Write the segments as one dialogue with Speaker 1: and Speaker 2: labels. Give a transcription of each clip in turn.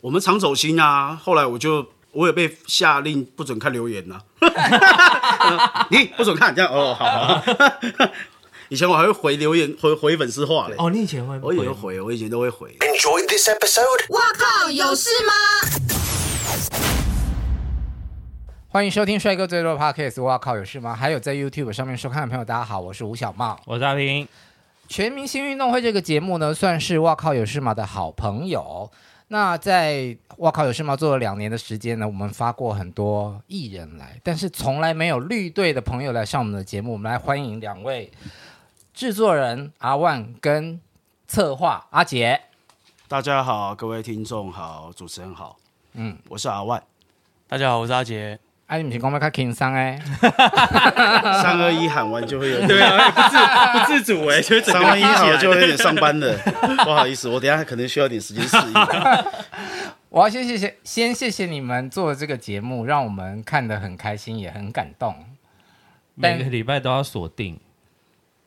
Speaker 1: 我们常走心啊。后来我就我也被下令不准看留言呐、啊， 你不准看，这样哦，好好。 好以前我还会回留言，回回粉丝话嘞。
Speaker 2: 哦，你以前会，
Speaker 1: 我也会回，我以前都会回。
Speaker 3: Enjoyed this episode?
Speaker 4: 哇靠，有事吗？
Speaker 5: 欢迎收听帅哥最多的 Podcast。哇靠，有事吗？还有在 YouTube 上面收看的朋友，大家好，我是吴小茂。
Speaker 2: 我是阿平，
Speaker 5: 全明星运动会这个节目呢，算是哇靠有事吗的好朋友。那在哇靠有事吗做了两年的时间呢，我们发过很多艺人来，但是从来没有绿队的朋友来上我们的节目。我们来欢迎两位制作人阿万跟策划阿杰。
Speaker 1: 大家好，各位听众好，主持人好，嗯，我是阿 万，
Speaker 6: 大家好，我是阿杰。
Speaker 5: 哎、啊，你们是讲要较轻松哎，
Speaker 1: 三二一喊完就会有点，
Speaker 2: 对啊，不自不自主哎，就是整
Speaker 1: 三
Speaker 2: 个
Speaker 1: 二一喊完就会有点上班 了，不好意思，我等一下可能需要点时间适应。
Speaker 5: 我要先谢谢，先谢谢你们做这个节目，让我们看得很开心，也很感动。
Speaker 2: 每个礼拜都要锁定。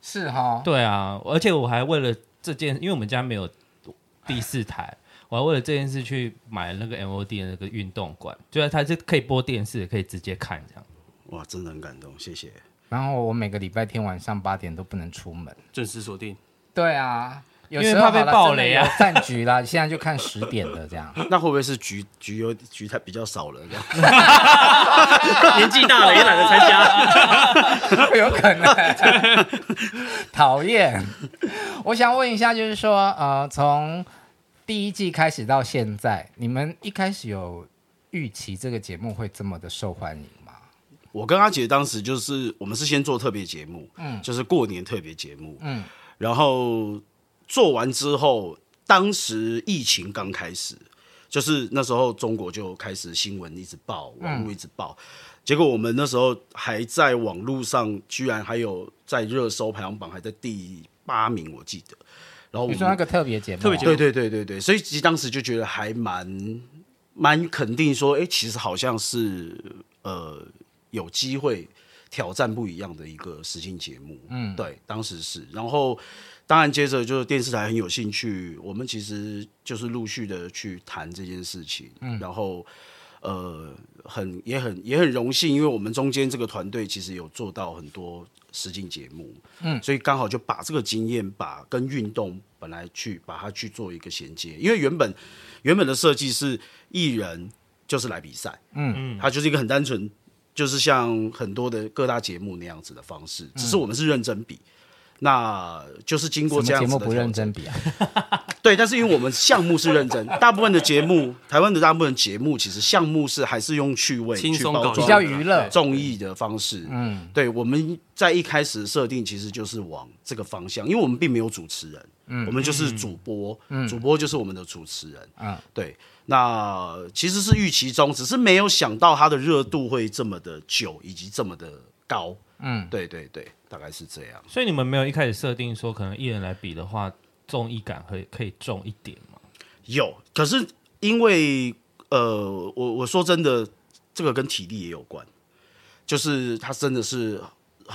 Speaker 5: 是哈，
Speaker 2: 对啊，而且我还为了这件，因为我们家没有第四台，我还为了这件事去买那个 MOD 的那个运动馆，就是它是可以播电视，可以直接看这样。
Speaker 1: 哇，真的很感动，谢 谢。
Speaker 5: 然后我每个礼拜天晚上八点都不能出门。
Speaker 6: 准时锁定，
Speaker 5: 对啊，有
Speaker 2: 因为
Speaker 5: 时候
Speaker 2: 怕被
Speaker 5: 好啦
Speaker 2: 暴雷啊
Speaker 5: 真的有饭局啦，现在就看十点的这样。
Speaker 1: 那会不会是局局有局太比较少了？这样
Speaker 2: 年纪大了也懒得参加。
Speaker 5: 有可能。讨厌。我想问一下，就是说，呃，从第一季开始到现在，你们一开始有预期这个节目会这么的受欢迎吗？
Speaker 1: 我跟阿杰当时就是我们是先做特别节目，嗯，就是过年特别节目，嗯，然后做完之后，当时疫情刚开始，就是那时候中国就开始新闻一直报，网络一直报，结果我们那时候还在网络上，居然还有在热搜排行榜还在第八名，我记得。然后我
Speaker 5: 你
Speaker 1: 们
Speaker 5: 说那个特别节目，特别
Speaker 1: 对对对对对，所以其实当时就觉得还蛮蛮肯定说，哎、其实好像是呃有机会挑战不一样的一个实境节目，嗯，对，当时是，然后当然接着就是电视台很有兴趣，我们其实就是陆续的去谈这件事情，嗯，然后。呃，很也很也很荣幸，因为我们中间这个团队其实有做到很多实境节目，嗯，所以刚好就把这个经验，把跟运动本来去把它去做一个衔接，因为原本原本的设计是艺人就是来比赛，嗯，它就是一个很单纯，就是像很多的各大节目那样子的方式，只是我们是认真比。那就是经过这
Speaker 5: 嗯什
Speaker 1: 样
Speaker 5: 么节
Speaker 1: 子的
Speaker 5: 目不
Speaker 1: 调
Speaker 5: 认
Speaker 1: 整
Speaker 5: 真比啊？
Speaker 1: 对，但是因为我们项目是认真，大部分的节目，台湾的大部分节目其实项目是还是用趣味
Speaker 6: 轻
Speaker 1: 去
Speaker 6: 松
Speaker 1: 包
Speaker 6: 搞
Speaker 1: 装
Speaker 5: 比较娱乐
Speaker 6: 对
Speaker 1: 综艺的方式。嗯，对，我们在一开始设定其实就是往这个方向，因为我们并没有主持人，嗯，我们就是主播，主播就是我们的主持人，嗯，对。那其实是预期中，只是没有想到它的热度会这么的久，以及这么的高。嗯，对对对，大概是这样。
Speaker 2: 所以你们没有一开始设定说，可能艺人来比的话，综艺感会可以重一点嘛？
Speaker 1: 有，可是因为呃，我我说真的，这个跟体力也有关，就是他真的是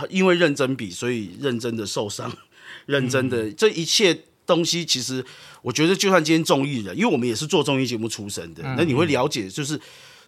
Speaker 1: 因为认真比，所以认真的受伤， 认真的、这一切东西，其实我觉得，就算今天综艺人，因为我们也是做综艺节目出身的，那你会了解，就是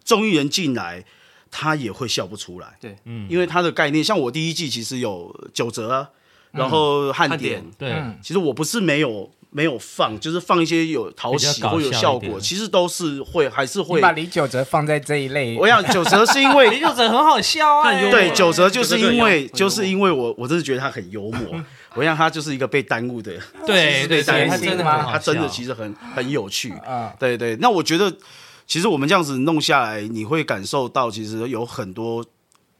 Speaker 1: 综艺人进来。他也会笑不出来，
Speaker 6: 对，
Speaker 1: 嗯，因为他的概念，像我第一季其实有九折啊，然后汉
Speaker 6: 汉
Speaker 1: 典
Speaker 6: 典，
Speaker 2: 对，
Speaker 1: 其实我不是没有没有放，就是放一些有讨
Speaker 2: 比
Speaker 1: 喜
Speaker 2: 较搞
Speaker 1: 或有
Speaker 2: 笑
Speaker 1: 效
Speaker 2: 一点
Speaker 1: 果，其实都是会还是
Speaker 5: 你
Speaker 1: 会
Speaker 5: 把。李玖哲放在这一 类，
Speaker 1: 我想九折是 因为
Speaker 2: 作者很好笑啊
Speaker 1: 对九折就是因为
Speaker 6: 幽默
Speaker 1: 就是因为我我真的觉得他很幽 默，我让他就是一个被耽误的，
Speaker 2: 对对
Speaker 1: 对
Speaker 5: 他
Speaker 2: 对，他
Speaker 5: 真
Speaker 2: 真
Speaker 5: 的
Speaker 2: 的
Speaker 5: 很好啊
Speaker 1: 他真的其
Speaker 2: 实
Speaker 1: 实很很有趣对对，那我觉得其实我们这样子弄下来，你会感受到其实有很多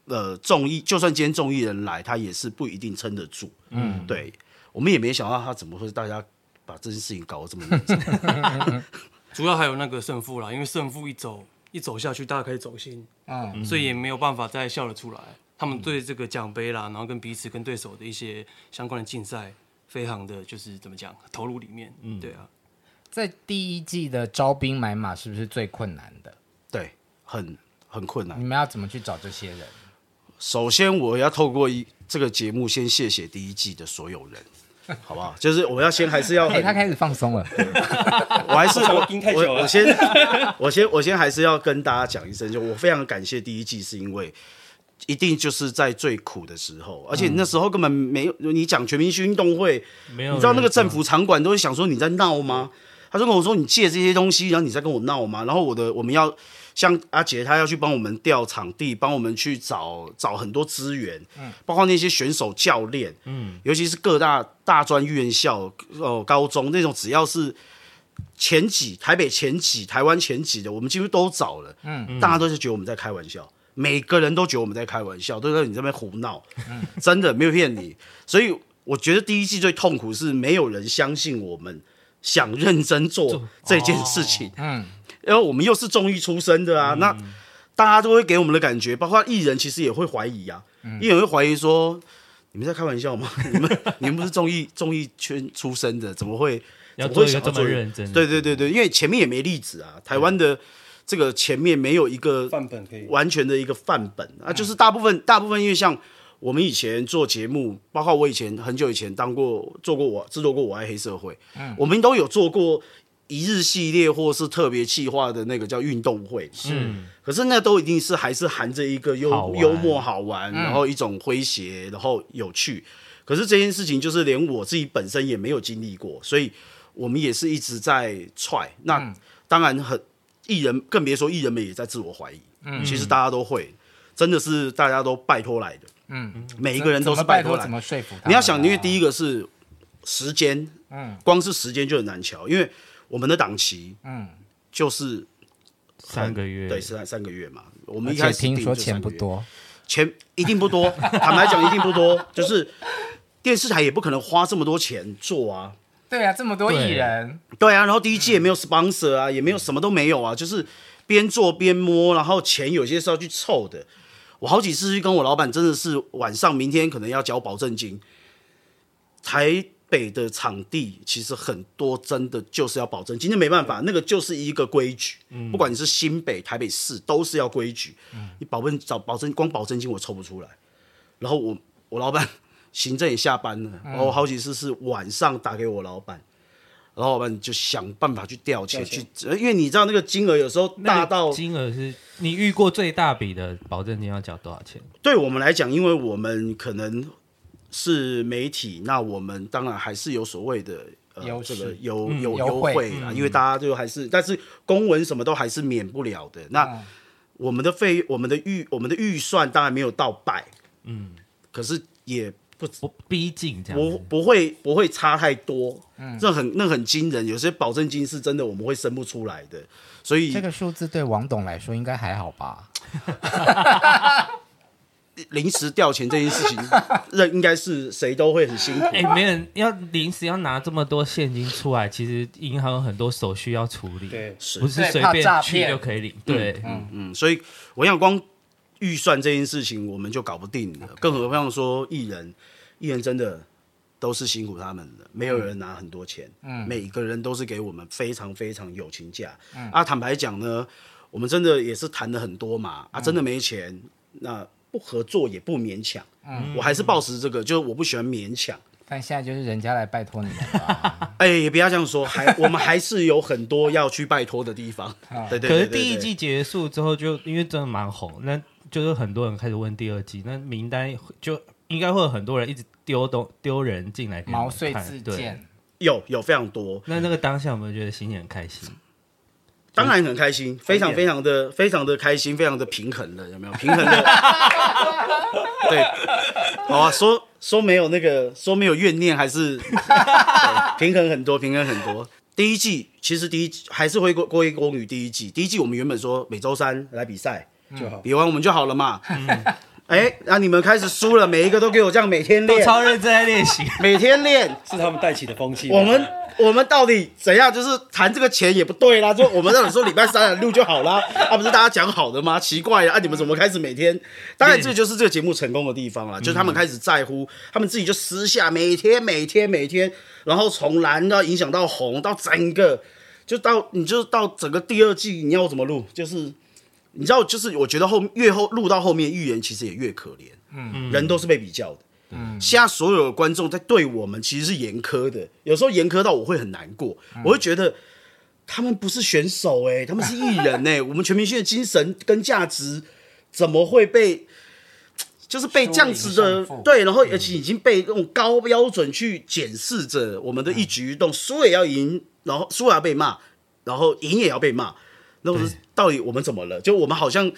Speaker 1: 呃综艺，就算今天综艺人来，他也是不一定撑得住。嗯，对，我们也没想到他怎么会大家把这件事情搞得这么认真。
Speaker 6: 主要还有那个胜负啦，因为胜负一走一走下去，大家可以走心，嗯，所以也没有办法再笑得出来。他们对这个奖杯啦，然后跟彼此跟对手的一些相关的竞赛，非常的就是怎么讲，投入里面，嗯，对啊，
Speaker 5: 在第一季的招兵买马是不是最困难的？
Speaker 1: 对，很很困难
Speaker 5: 你。们要怎么去找这 些人？
Speaker 1: 首先，我要透过一这个节目先谢谢第一季的所有人，好不好？就是我们要先还是要
Speaker 5: 哎、
Speaker 1: 很
Speaker 5: 他开始放松了，
Speaker 1: 我还是我
Speaker 6: 太久了
Speaker 1: 我我先我先我先还是要跟大家讲一声，就我非常感谢第一季，是因为一定就是在最苦的时候，而且那时候根本没有你讲全明星运动会，
Speaker 2: 没有人
Speaker 1: 你知道那个政府场馆都会想说你在闹吗？他就跟我说你借这些东西，然后你在跟我闹吗？然后我的我们要像阿杰，他要去帮我们调场地，帮我们去找找很多资源，包括那些选手教练，嗯，尤其是各大大专院校哦、高中那种，只要是前几台北前几台湾前几的，我们几乎都找了，嗯，大家都是觉得我们在开玩笑。每个人都觉得我们在开玩笑，都在你这边胡闹，真的没有骗你。所以我觉得第一季最痛苦是没有人相信我们想认真做这件
Speaker 2: 哦
Speaker 1: 事情。嗯，因为我们又是综艺出身的啊，
Speaker 2: 嗯
Speaker 1: 那大家都会给我们的感觉，包括艺人其实也会怀疑啊，
Speaker 2: 嗯
Speaker 1: 艺人会怀疑说。你们在开玩笑吗？你们你们不是综艺综艺圈出身的，怎么会
Speaker 2: 要
Speaker 1: 怎么会
Speaker 2: 做一个
Speaker 1: 想
Speaker 2: 这么
Speaker 1: 做
Speaker 2: 认真的
Speaker 1: 对对对对，因为前面也没例子啊，台湾的这个前面没有一个
Speaker 6: 范本可以嗯
Speaker 1: 完全的一个范本啊，就是大部分大部分因为像我们以前做节目，包括我以前很久以前当过做过我制作过我爱黑社会，
Speaker 6: 嗯
Speaker 1: 我们都有做过一日系列或是特别企划的那个叫运动会，是，可是那都一定是还是含着一个幽
Speaker 2: 好玩
Speaker 1: 幽默好
Speaker 6: 嗯
Speaker 1: 玩，然后一种诙谐，然后有趣。可是这件事情就是连我自己本身也没有经历过，所以我们也是一直在踹。那、
Speaker 6: 嗯
Speaker 1: 当然很艺人，更别说艺人们也在自我怀疑。嗯，其实大家都会，真的是大家都拜托来的。嗯，每一个人都是
Speaker 5: 怎么拜
Speaker 1: 托来
Speaker 5: 怎么说服他们啊？
Speaker 1: 你要想，因为第一个是时间，嗯，光是时间就很难瞧，因为我们的档期，嗯，就是
Speaker 2: 三个月，
Speaker 1: 对，是三三个月嘛。我们
Speaker 5: 而
Speaker 1: 一开
Speaker 5: 且
Speaker 1: 始
Speaker 5: 听
Speaker 1: 定
Speaker 5: 说
Speaker 1: 就
Speaker 5: 钱
Speaker 1: 三
Speaker 5: 不
Speaker 1: 个月，
Speaker 5: 多，
Speaker 1: 钱一定不 多，坦白讲一定不多，就是电视台也不可能花这么多钱做啊。
Speaker 5: 对啊，这么多艺
Speaker 2: 对
Speaker 5: 人，
Speaker 1: 对啊，然后第一季也没有 sponsor 啊，也没有什么都没有啊，就是边做边摸，然后钱有些是要去凑的。我好几次去跟我老板，真的是晚上明天可能要交保证金。台北的场地其实很多真的就是要保证金，那没办法，那个就是一个规矩。不管你是新北、台北市，都是要规矩。你保证找保证光保证金我抽不出来，然后我我老板行政也下班了，然后我好几次是晚上打给我老板。然后老板就想办法去调钱，去，呃因为你知道那个金额有时候
Speaker 2: 那
Speaker 1: 大
Speaker 2: 个
Speaker 1: 到
Speaker 2: 金额是你遇过最大笔的保证金要缴多少钱？
Speaker 1: 对我们来讲，因为我们可能是媒体，那我们当然还是有所谓的。呃，
Speaker 5: 优势嗯
Speaker 1: 这个优有
Speaker 5: 优
Speaker 1: 优
Speaker 5: 惠
Speaker 1: 惠啦，因为大家就还是，但是公文什么都还是免不了的。
Speaker 5: 嗯
Speaker 1: 那我们的费，我们的预，我们的预算当然没有到百，嗯，可是也
Speaker 2: 不逼近这样
Speaker 1: 不
Speaker 2: 子，
Speaker 1: 不会不会差太多，嗯，这很那很惊人，有些保证金是真的我们会生不出来的，所以
Speaker 5: 这个数字对王董来说应该还好吧？
Speaker 1: 临时调钱这件事 情，那应该是谁都会很辛苦。
Speaker 2: 哎、没人要临时要拿这么多现金出来，其实银行有很多手续要处理，
Speaker 6: 对
Speaker 1: 是
Speaker 2: 不是
Speaker 5: 对
Speaker 2: 随
Speaker 5: 怕诈
Speaker 2: 便去
Speaker 5: 骗
Speaker 2: 就可以领。对，
Speaker 1: 嗯，所以我想光预算这件事情我们就搞不定了，更何况说艺人，艺人真的都是辛苦他们的，没有人拿很多钱，嗯，每个人都是给我们非常非常友情价。啊，坦白讲呢，我们真的也是谈了很多嘛，啊，真的没钱，那不合作也不勉强。嗯，我还是抱持这个，就是我不喜欢勉强。
Speaker 5: 但现在就是人家来拜托你们 了，啊
Speaker 1: 哎、也不要这样说，还我们还是有很多要去拜托的地 方。对对对
Speaker 2: 可是
Speaker 1: 对
Speaker 2: 第一
Speaker 1: 对
Speaker 2: 季结束之后就，因为真的蛮红，那就是很多人开始问第二季，那名单就应该会有很多人一直丢东丢人进来给你们
Speaker 5: 毛遂
Speaker 2: 看
Speaker 5: 自。
Speaker 2: 对
Speaker 5: 荐。
Speaker 1: 有有非常多，
Speaker 2: 那那个当下，我们觉得心里很开心，
Speaker 1: 当然很开心，非常非常的非常的开心，非常的平衡了，有没有？平衡 了， 对，好啊，说说没有那个，说没有怨念，还是 对平衡很多，平衡很多。第一季其实第一季还是回归归功于第一季，第一季我们原本说每周三来比赛，
Speaker 2: 嗯
Speaker 6: 就好。
Speaker 1: 比完我们就好了嘛。哎，那、你们开始输了，每一个都给我这样每天
Speaker 2: 都
Speaker 1: 练，
Speaker 2: 超认真在练习。
Speaker 1: 每天练，
Speaker 6: 是他们带起的风气。
Speaker 1: 我们我们到底怎样？就是谈这个钱也不对啦，就我们让你说礼拜三来录就好啦，啊，不是大家讲好的吗？奇怪呀、啊，你们怎么开始每天？当然，这就是这个节目成功的地方啦，就是他们开始在乎，他们自己就私下每天每天每天，然后从蓝到影响到红，到整个就到你就到整个第二季，你要我怎么录？就是你知道，就是我觉得后越后录到后面，预言其实也越可怜，嗯，人都是被比较的。现在所有的观众在对我们其实是严苛的，有时候严苛到我会很难过，我会觉得他们不是选手哎、他们是艺人哎、我们全明星的精神跟价值怎么会被？就是被这样子
Speaker 6: 羞
Speaker 1: 的
Speaker 6: 辱上腹
Speaker 1: 对，然后而且已经被用高标准去检视着我们的一举一动，输也要赢，然后输也要被骂，然后赢也要被骂。那我说到底我们怎么了？就我们好像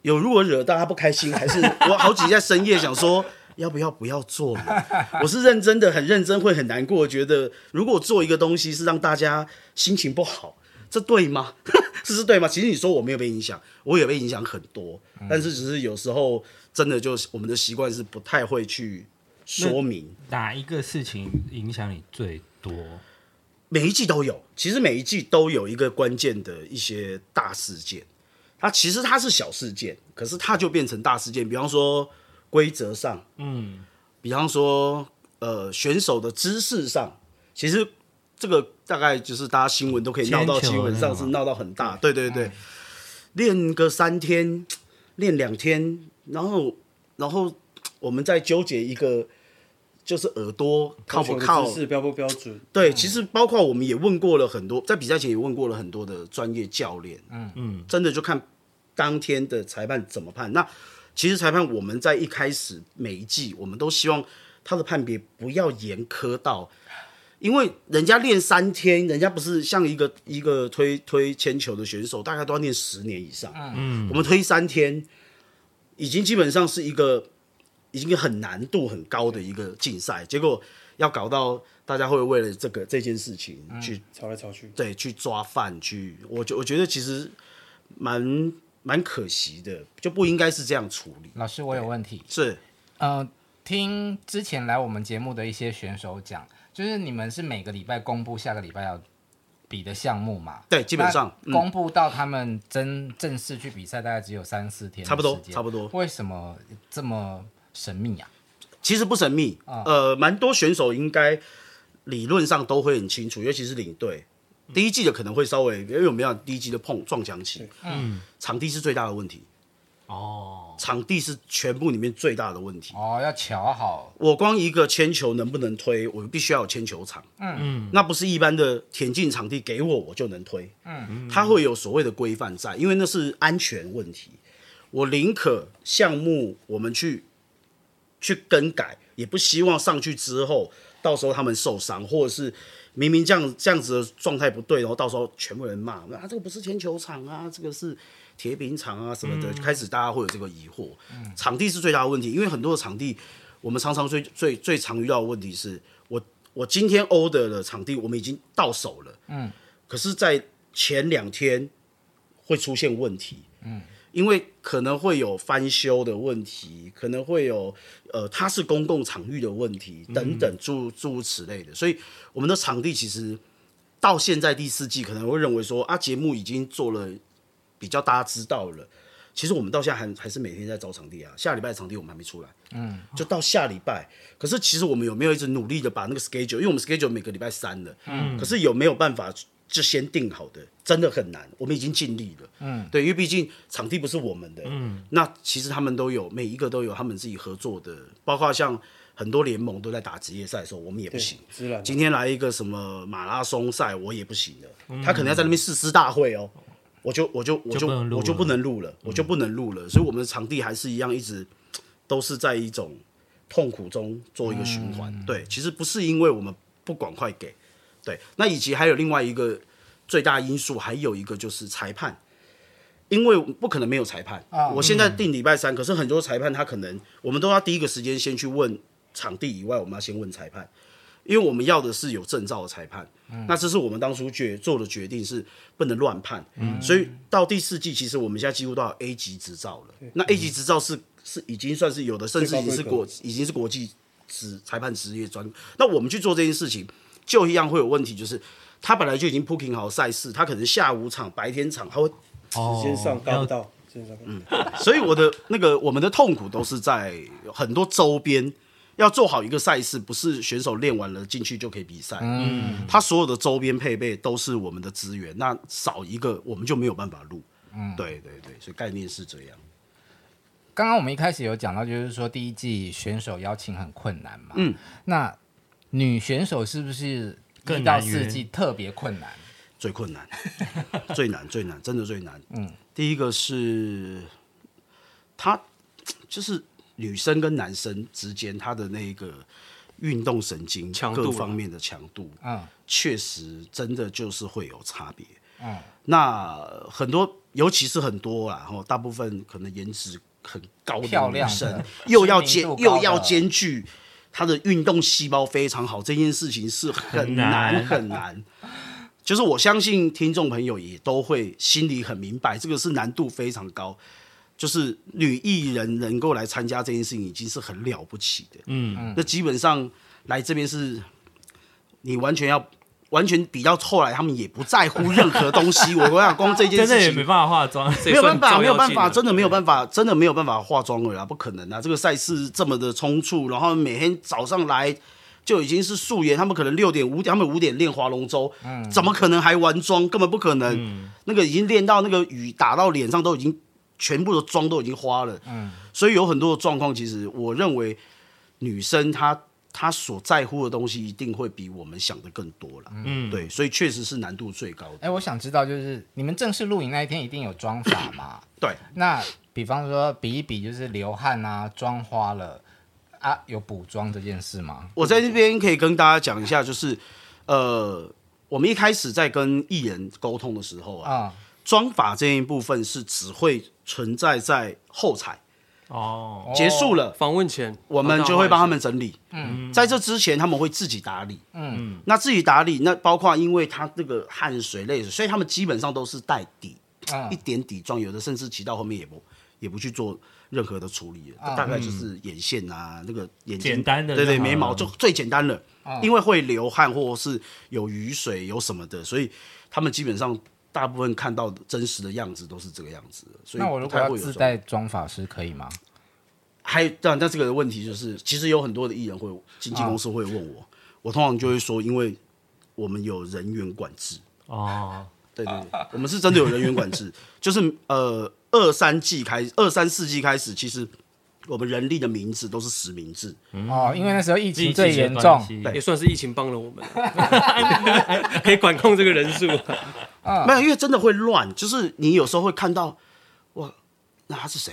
Speaker 1: 有如果惹大家不开心，还是我好几天在深夜想说。要不要不要做了？我是认真的，很认真，会很难过。觉得如果做一个东西是让大家心情不好，这对吗？ 这是对吗？其实你说我没有被影响，我也被影响很多，但是只是有时候真的就是我们的习惯是不太会去说明。
Speaker 2: 哪一个事情影响你最多？
Speaker 1: 每一季都有，其实每一季都有一个关键的一些大事件。它其实它是小事件，可是它就变成大事件。比方说规则上，
Speaker 2: 嗯，
Speaker 1: 比方说呃选手的知识上，其实这个大概就是大家新闻都可以闹到
Speaker 2: 铅球
Speaker 1: 新闻
Speaker 2: 那
Speaker 1: 上是
Speaker 2: 种
Speaker 1: 闹到很大，对对对，练个三天，练两天，然后然后我们再纠结一个。就是耳朵靠不靠
Speaker 6: 是标不标准？
Speaker 1: 对，其实包括我们也问过了很多，在比赛前也问过了很多的专业教练，嗯嗯，真的就看当天的裁判怎么判。那其实裁判我们在一开始每一季，我们都希望他的判别不要严苛到，因为人家练三天，人家不是像一个一个推推铅球的选手，大概都要练十年以上，嗯，我们推三天，已经基本上是一个已经很难度很高的一个竞赛，结果要搞到大家会为了这个这件事情去、
Speaker 6: 吵来吵去，
Speaker 1: 对去抓饭去，我觉我觉得其实蛮蛮可惜的，就不应该是这样处理。
Speaker 5: 老师，我有问题。
Speaker 1: 是
Speaker 5: 呃，听之前来我们节目的一些选手讲，就是你们是每个礼拜公布下个礼拜要比的项目嘛？
Speaker 1: 对基本上嗯
Speaker 5: 那公布到他们真正式去比赛，大概只有三四天的时间，
Speaker 1: 差不多差不多
Speaker 5: 为什么这么神秘啊？
Speaker 1: 其实不神秘，呃，蛮多选手应该理论上都会很清楚，尤其是领队。第一季的可能会稍微，因为我们要第一季的碰撞墙期，嗯，场地是最大的问题，
Speaker 2: 哦，
Speaker 1: 场地是全部里面最大的问题。
Speaker 5: 哦，要瞧好，
Speaker 1: 我光一个铅球能不能推，我必须要有铅球场。嗯嗯，那不是一般的田径场地给我我就能推。嗯，它会有所谓的规范在，因为那是安全问题。我宁可项目我们去去更改，也不希望上去之后，到时候他们受伤，或者是明明这样这样子的状态不对，然后到时候全部人骂啊，这个不是铅球场啊，这个是铁饼场啊什么的，开始大家会有这个疑惑。场地是最大的问题，因为很多的场地，我们常常最最最常遇到的问题是我我今天 order 的场地我们已经到手了，嗯，可是，在前两天会出现问题，因为可能会有翻修的问题，可能会有呃，它是公共场域的问题等等诸诸如此类的，所以我们的场地其实到现在第四季可能会认为说啊，节目已经做了比较大家知道了，其实我们到现在还还是每天在找场地啊，下礼拜的场地我们还没出来，嗯，就到下礼拜。可是其实我们有没有一直努力的把那个 schedule，因为我们 schedule 每个礼拜三了，嗯，可是有没有办法就先定好的，真的很难，我们已经尽力了，嗯，对，因为毕竟场地不是我们的，嗯，那其实他们都有每一个都有他们自己合作的，包括像很多联盟都在打职业赛的时候，我们也不行，
Speaker 6: 自然
Speaker 1: 今天来一个什么马拉松赛，我也不行了。他可能要在那边誓师大会哦，我就我就我
Speaker 2: 就
Speaker 1: 就
Speaker 2: 不能录了嗯
Speaker 1: 我就不能录了，我就不能录了。所以我们的场地还是一样，一直都是在一种痛苦中做一个循环。
Speaker 2: 嗯
Speaker 1: 对，其实不是因为我们不赶快给，对，那以及还有另外一个最大因素，还有一个就是裁判。因为不可能没有裁判
Speaker 2: 啊
Speaker 1: 我现在
Speaker 2: 嗯
Speaker 1: 定礼拜三，可是很多裁判他可能我们都要第一个时间先去问场地以外，我们要先问裁判，因为我们要的是有证照的裁判。那这是我们当初决做的决定，是不能乱判。所以到第四季，其实我们现在几乎都有 A 级执照了。那 A 级执照是是已经算是有的，甚至已经是
Speaker 6: 最高规
Speaker 1: 国已经是国际职裁判职业专。那我们去做这件事情，就一样会有问题，就是他本来就已经 booking 好赛事，他可能下午场、白天场，他会
Speaker 2: 时
Speaker 6: 先上达不到，先上嗯，
Speaker 1: 所以我的那个我们的痛苦都是在很多周边。要做好一个赛事，不是选手练完了进去就可以比赛。嗯，他所有的周边配备都是我们的资源，那少一个我们就没有办法录。嗯，对对对，所以概念是这样。
Speaker 5: 刚刚我们一开始有讲到，就是说第一季选手邀请很困难嘛。嗯，那女选手是不是一
Speaker 2: 更
Speaker 5: 到
Speaker 2: 难
Speaker 5: 四
Speaker 2: 约
Speaker 5: 季特别困难？
Speaker 1: 最困难， 最难，最难，真的最难。嗯，第一个是他就是女生跟男生之间他的那一个运动神经
Speaker 6: 强度
Speaker 1: 各
Speaker 6: 啦
Speaker 1: 方面的强度，
Speaker 5: 嗯，
Speaker 1: 确实真的就是会有差别。
Speaker 5: 嗯，
Speaker 1: 那很多，尤其是很多啦，然后大部分可能颜值很高的
Speaker 5: 漂
Speaker 1: 女
Speaker 5: 亮的
Speaker 1: 生，又要
Speaker 5: 知
Speaker 1: 兼
Speaker 5: 名度高的
Speaker 1: 又要兼具她的运动细胞非常好，这件事情是很难
Speaker 2: 难
Speaker 1: 很难。就是我相信听众朋友也都会心里很明白，这个是难度非常高。就是女艺人能够来参加这件事情，已经是很了不起的。嗯，那基本上来这边是，你完全要完全比较后来，他们也不在乎任何东 西。我想光这件
Speaker 2: 真的
Speaker 1: 事
Speaker 2: 也
Speaker 1: 情，
Speaker 2: 没办法化妆，
Speaker 6: 这
Speaker 1: 没
Speaker 6: 也
Speaker 1: 有
Speaker 6: 算
Speaker 1: 办法，
Speaker 6: 照
Speaker 1: 没有
Speaker 6: 妖
Speaker 1: 办
Speaker 6: 镜
Speaker 1: 法，
Speaker 6: 了
Speaker 1: 真的没有办法，真的没有办法化妆了啦，不可能啊！这个赛事这么的冲促，然后每天早上来就已经是素颜，他们可能六点五点，他们五点练划龙舟，怎么可能还玩妆？根本不可能，那个已经练到那个雨打到脸上都已经全部的妆都已经花了，所以有很多的状况，其实我认为女生她。她所在乎的东西一定会比我们想的更多了，嗯，对，所以确实是难度最高的，
Speaker 5: 哎，我想知道，就是你们正式录影那一天一定有妆法嘛？
Speaker 1: 对，
Speaker 5: 那比方说比一比，就是流汗啊，妆花了啊，有补妆这件事吗？
Speaker 1: 我在这边可以跟大家讲一下，就是呃，我们一开始在跟艺人沟通的时候啊，
Speaker 5: 啊、
Speaker 1: 妆法这一部分是只会存在在后采，
Speaker 2: 哦，
Speaker 1: 结束了
Speaker 6: 访问前
Speaker 1: 我
Speaker 5: 哦
Speaker 1: 们就会帮他们整理。嗯，在这之前他们会自己打理。嗯，那自己打理，那包括因为他那个汗水、泪水，所以他们基本上都是带底，
Speaker 5: 嗯
Speaker 1: 一点底妆，有的甚至骑到后面也不也不去做任何的处理了，
Speaker 5: 嗯
Speaker 1: 大概就是眼线啊，那个眼睛
Speaker 2: 简单的
Speaker 1: 对对，
Speaker 2: 就好了
Speaker 1: 眉毛就最简单了，
Speaker 5: 嗯
Speaker 1: 因为会流汗或是有雨水有什么的，所以他们基本上。大部分看到的真实的样子都是这个样子的，所以
Speaker 5: 那我如
Speaker 1: 不
Speaker 5: 果
Speaker 1: 太
Speaker 5: 要
Speaker 1: 会有
Speaker 5: 自
Speaker 1: 妆
Speaker 5: 带妆法师可以吗？
Speaker 1: 还但但这个问题就是，其实有很多的艺人会经纪公司会问我，我通常就会说，因为我们有人员管制，
Speaker 2: 哦，
Speaker 1: 对对对，我们是真的有人员管制，就是呃二三季开二三四季开始，其实我们人力的名字都是实名制，
Speaker 5: 哦，因为那时候疫
Speaker 2: 自己
Speaker 5: 情最
Speaker 2: 解决
Speaker 5: 严
Speaker 2: 关
Speaker 5: 重，
Speaker 2: 系
Speaker 1: 对
Speaker 6: 也算是疫情帮了我们 啊，可以管控这个人数。
Speaker 1: 没有，因为真的会乱，就是你有时候会看到，哇，那他是谁？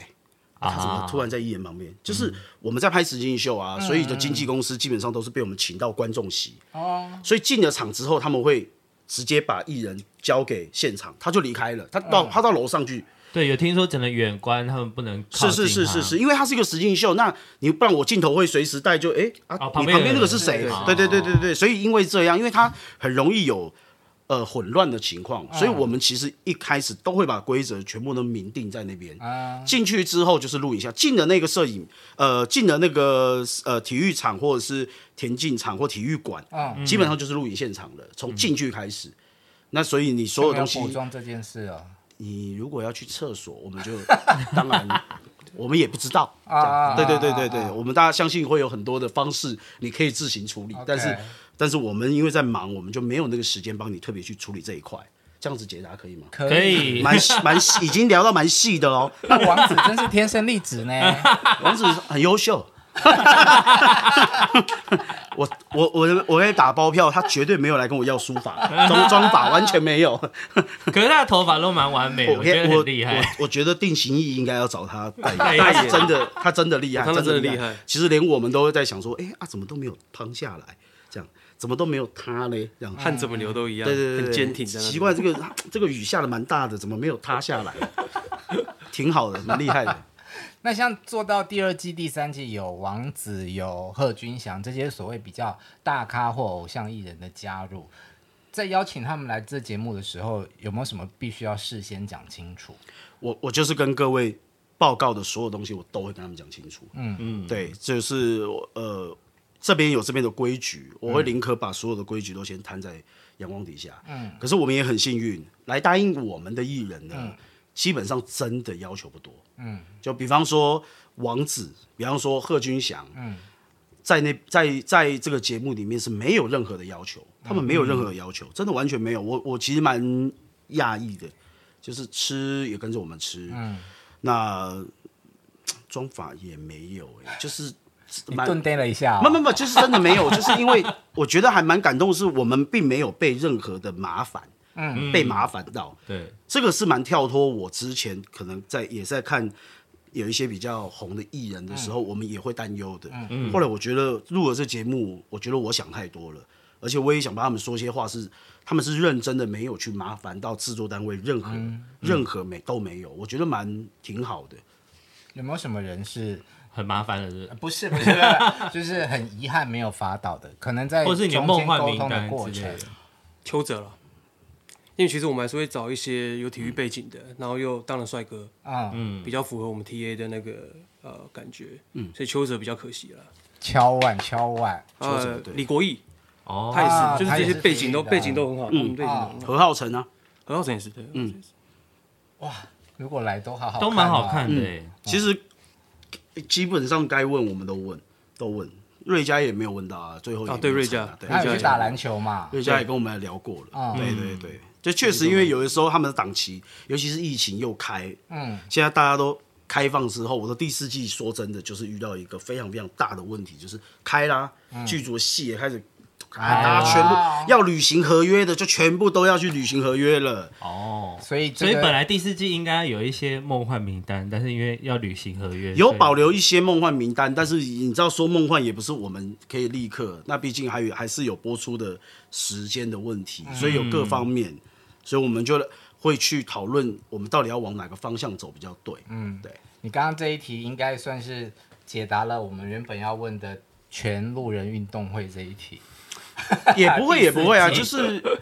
Speaker 1: 他怎么
Speaker 2: 啊，
Speaker 1: 突然在艺人旁边？就是我们在拍实境秀啊，所以的经纪公司基本上都是被我们请到观众席哦，所以进了场之后，他们会直接把艺人交给现场，他就离开了，他到他到楼上去，
Speaker 2: 对，有听说整个远观他们不能靠
Speaker 1: 是是
Speaker 2: 近
Speaker 1: 是
Speaker 2: 他
Speaker 1: 是是，，因为它是一个实境秀，那你不然我镜头会随时带就哎、啊，
Speaker 2: 哦
Speaker 1: 你
Speaker 2: 旁边
Speaker 1: 旁边那
Speaker 2: 有
Speaker 1: 个
Speaker 2: 人啊
Speaker 1: 是谁
Speaker 2: 对？
Speaker 1: 对对对对对，所以因为这样，因为它很容易有呃混乱的情况，所
Speaker 2: 嗯
Speaker 1: 以我们其实一开始都会把规则全部都明定在那边。
Speaker 2: 啊
Speaker 1: 进去之后就是录影下，进了那个摄影呃，进了那个呃体育场或者是田径场或体育馆，
Speaker 2: 嗯
Speaker 1: 基本上就是录影现场了，从进去开始。那所以你所有
Speaker 5: 没有
Speaker 1: 东西
Speaker 5: 补
Speaker 2: 嗯
Speaker 5: 妆这件事哦。
Speaker 1: 你如果要去厕所，我们就当然我们也不知道这
Speaker 5: 啊啊啊
Speaker 1: 样。对对对
Speaker 5: 啊
Speaker 1: 对对，我们大家相信会有很多的方式，你可以自行处理。但是但是我们因为在忙，我们就没有那个时间帮你特别去处理这一块。这样子解答可以吗？
Speaker 2: 可以
Speaker 1: 蛮蛮已经聊到蛮细的喽。
Speaker 5: 那王子真是天生丽质呢。
Speaker 1: 王子很优秀。 我我我我可以打包票，他绝对没有来跟我要书法、装装法，完全没有。
Speaker 2: 可是他的头发都蛮完美的，
Speaker 1: 我
Speaker 2: 我
Speaker 1: 可以
Speaker 2: 觉得
Speaker 1: 我
Speaker 2: 很厉害。
Speaker 1: 我我觉得定型艺应该要找他代
Speaker 2: 代
Speaker 1: 言，
Speaker 2: 言
Speaker 1: 他是真的，他真的厉害，
Speaker 6: 他们
Speaker 1: 的
Speaker 6: 真的厉
Speaker 1: 害
Speaker 6: 害。
Speaker 1: 其实连我们都会在想说，哎啊，怎么都没有胖下来，这样怎么都没有他嘞，这样。
Speaker 6: 汗怎么流都一样，
Speaker 1: 对对对，
Speaker 6: 很
Speaker 1: 对
Speaker 6: 坚挺在那边。
Speaker 1: 奇怪，这个这个雨下的蛮大的，怎么没有塌下来？ 挺好的，蛮厉害的。
Speaker 5: 那像做到第二季、第三季有王子、有贺军翔这些所谓比较大咖或偶像艺人的加入，在邀请他们来这节目的时候，有没有什么必须要事先讲清楚？
Speaker 1: 我我就是跟各位报告的所有东西，我都会跟他们讲清楚。嗯嗯，对，就是呃，这边有这边的规矩，我会宁可把所有的规矩都先摊在阳光底下。嗯，可是我们也很幸运，来答应我们的艺人呢，基本上真的要求不多。嗯，就比方说王子，比方说贺军翔，嗯。在那在在这个节目里面是没有任何的要求，他们没有任何的要求，真的完全没有。我我其实蛮嗯讶异的，就是吃也跟着我们吃，那妆法也没有哎、就是
Speaker 5: 你
Speaker 1: 蛮
Speaker 5: 顿呆了一下、哦，
Speaker 1: 没没没，就是真的没有，就是因为我觉得还蛮感动，是我们并没有被任何的麻烦，嗯，被麻烦到，
Speaker 2: 对，
Speaker 1: 这个是蛮跳脱我之前可能在也在看有一些比较红的艺人的时候，我们也会担忧的。后来我觉得录了这节目，我觉得我想太多了，而且我也想帮他们说些话是，他们是认真的，没有去麻烦到制作单位任何、任何没都没有，我觉得蛮挺好的。
Speaker 5: 有没有什么人是
Speaker 2: 很麻烦的是，
Speaker 5: 呃不是不是不是， 就是很遗憾没有发到的，可能在
Speaker 2: 或是你的
Speaker 5: 中
Speaker 2: 梦
Speaker 5: 间
Speaker 2: 幻
Speaker 5: 沟
Speaker 2: 名
Speaker 5: 通的
Speaker 2: 单
Speaker 5: 过
Speaker 2: 之类
Speaker 5: 程
Speaker 2: 的，，
Speaker 6: 邱泽了。因为其实我们还是会找一些有体育背景的，然后又当了帅哥，
Speaker 5: 嗯，
Speaker 6: 比较符合我们 TA 的那个呃感觉，嗯，所以邱泽比较可惜了。
Speaker 5: 敲碗敲碗，
Speaker 1: 邱泽
Speaker 6: 呃
Speaker 1: 对，
Speaker 6: 李国毅
Speaker 2: 哦，
Speaker 6: 他也是，
Speaker 5: 啊
Speaker 6: 就是这
Speaker 5: 他也
Speaker 6: 些
Speaker 5: 是
Speaker 6: 背景都
Speaker 5: TA 的啊
Speaker 6: 背景都很好，他们背景都很好。
Speaker 1: 何浩晨啊，
Speaker 6: 何浩晨也是对，嗯，
Speaker 5: 如果来都好好、哦
Speaker 2: 都蛮好，看的欸，
Speaker 1: 其实基本上该问我们都问，都问。瑞佳也没有问到啊，最后也
Speaker 6: 啊对
Speaker 1: 没有参啊
Speaker 6: 瑞佳
Speaker 1: 对
Speaker 5: 他有
Speaker 6: 瑞
Speaker 5: 去
Speaker 6: 佳
Speaker 5: 打篮球嘛？
Speaker 1: 瑞佳也跟我们聊过了，
Speaker 5: 嗯
Speaker 1: 对对对，就确实因为有的时候他们的档期，尤其是疫情又开，
Speaker 5: 嗯，
Speaker 1: 现在大家都开放之后，我的第四季说真的就是遇到一个非常非常大的问题，就是开啦，剧组的戏也开始。啊！大家全
Speaker 5: 嗯哎
Speaker 1: 部要履行合约的，就全部都要去履行合约了。
Speaker 2: 哦。
Speaker 5: 所以、这
Speaker 2: 所
Speaker 5: 个、
Speaker 2: 以本来第四季应该有一些梦幻名单，但是因为要履行合约，
Speaker 1: 有
Speaker 2: 所以
Speaker 1: 保留一些梦幻名单，但是你知道说梦幻也不是我们可以立刻，那毕竟还有还是有播出的时间的问题，所以有各方面，所以我们就会去讨论我们到底要往哪个方向走比较对。嗯，对，
Speaker 5: 你刚刚这一题应该算是解答了我们原本要问的全路人运动会这一题。
Speaker 1: 也不会也不会啊，
Speaker 2: 第
Speaker 1: 就
Speaker 2: 四
Speaker 1: 是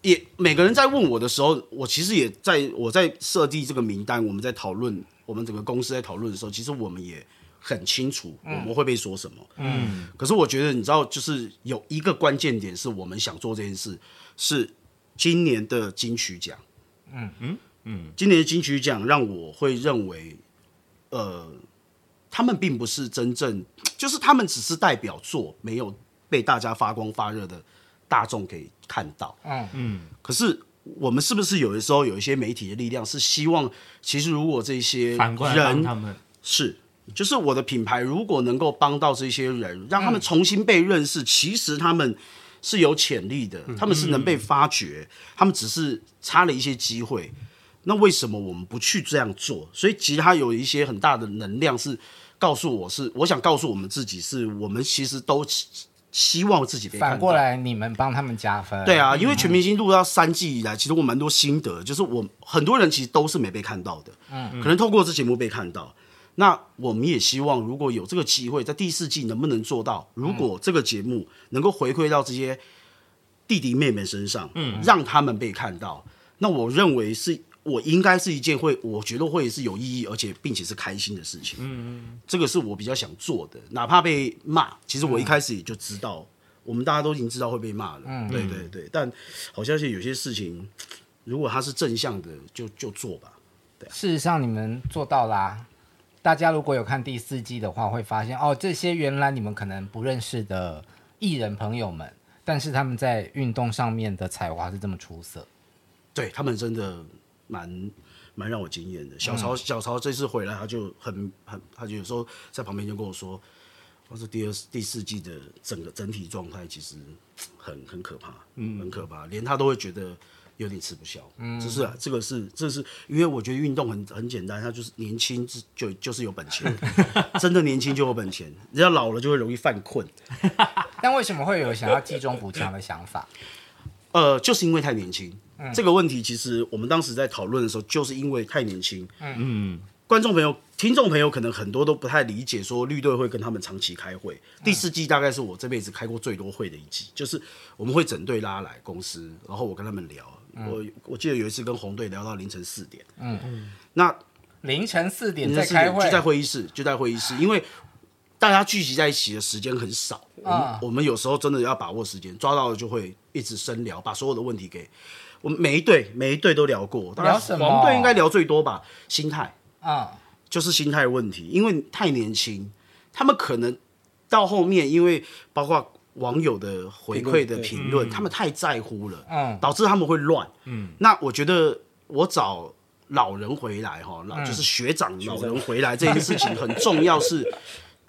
Speaker 1: 也每个人在问我的时候，我其实也在我在设计这个名单，我们在讨论我们整个公司在讨论的时候，其实我们也很清楚我们会被说什么。嗯，可是我觉得你知道，就是有一个关键点是我们想做这件事，是今年的金曲奖。嗯嗯嗯，今年的金曲奖让我会认为，呃，他们并不是真正，就是他们只是代表作，没有被大家发光发热的大众给看到。
Speaker 5: 嗯
Speaker 1: 嗯，可是。我们是不是有的时候有一些媒体的力量是希望，其实如果这些
Speaker 2: 反过来帮
Speaker 1: 人
Speaker 2: 他们，
Speaker 1: 是，就是我的品牌如果能够帮到这些人，让他
Speaker 5: 嗯
Speaker 1: 们重新被认识，其实他们是有潜力的，
Speaker 5: 嗯
Speaker 1: 他们是能被发掘，他们只是差了一些机会。那为什么我们不去这样做？所以其实它有一些很大的能量是告诉我是，我想告诉我们自己是，我们其实都希希望自己被看
Speaker 5: 反
Speaker 1: 到
Speaker 5: 过来你们帮他们加分。
Speaker 1: 对，啊，因为全明星录到三季以来，其实我蛮多心得，就是我很多人其实都是没被看到的，嗯，可能透过这节目被看到。那我们也希望，如果有这个机会，在第四季能不能做到？如果这个节目能够回馈到这些弟弟妹妹身上，嗯，让他们被看到，那我认为是我应该是一件会，我觉得会是有意义，而且并且是开心的事情。嗯嗯，这个是我比较想做的，哪怕被骂，其实我一开始也就知道，我们大家都已经知道会被骂了。嗯，对对对，但好像是有些事情，如果它是正向的，就就做吧。
Speaker 5: 事实上你们做到啦、大家如果有看第四季的话，会发现哦，这些原来你们可能不认识的艺人朋友们，但是他们在运动上面的才华是这么出色。
Speaker 1: 对他们真的蛮蛮让我惊艳的。小曹、小曹这次回来，他就很很，他就有时候在旁边就跟我说，他说第二第四季的整个整体状态其实很很可怕，嗯，很可怕，连他都会觉得。有点吃不消，嗯，就是啊，这个是，这是因为我觉得运动很很简单，他就是年轻就就就是有本 钱，真的年轻就有本钱，人家老了就会容易犯困，
Speaker 5: 但为什么会有想要击中补强的想法？
Speaker 1: 呃，就是因为太年轻。这个问题其实我们当时在讨论的时候，就是因为太年轻。嗯嗯，观众朋友、听众朋友可能很多都不太理解，说绿队会跟他们长期开会。第四季大概是我这辈子开过最多会的一季，就是我们会整队拉来公司，然后我跟他们聊。我我记得有一次跟红队聊到凌晨四点。嗯嗯，那
Speaker 5: 凌晨四点
Speaker 1: 凌
Speaker 5: 在
Speaker 1: 晨四
Speaker 5: 开
Speaker 1: 点
Speaker 5: 会，
Speaker 1: 就在会议室，就在会议室，因为大家聚集在一起的时间很少，我们、
Speaker 5: 啊
Speaker 1: 我们有时候真的要把握时间，抓到了就会一直深聊，把所有的问题给我们每一队每一队都聊过，大概
Speaker 5: 聊什么
Speaker 1: 黄队应该聊最多吧，心态
Speaker 5: 啊、
Speaker 1: 就是心态问题，因为太年轻，他们可能到后面，因为包括网友的回馈的评嗯论，他们太在乎了，
Speaker 5: 嗯
Speaker 1: 导致他们会乱。嗯，那我觉得我找老人回来哈，老、就是嗯学长老人回来这件事情很重要，是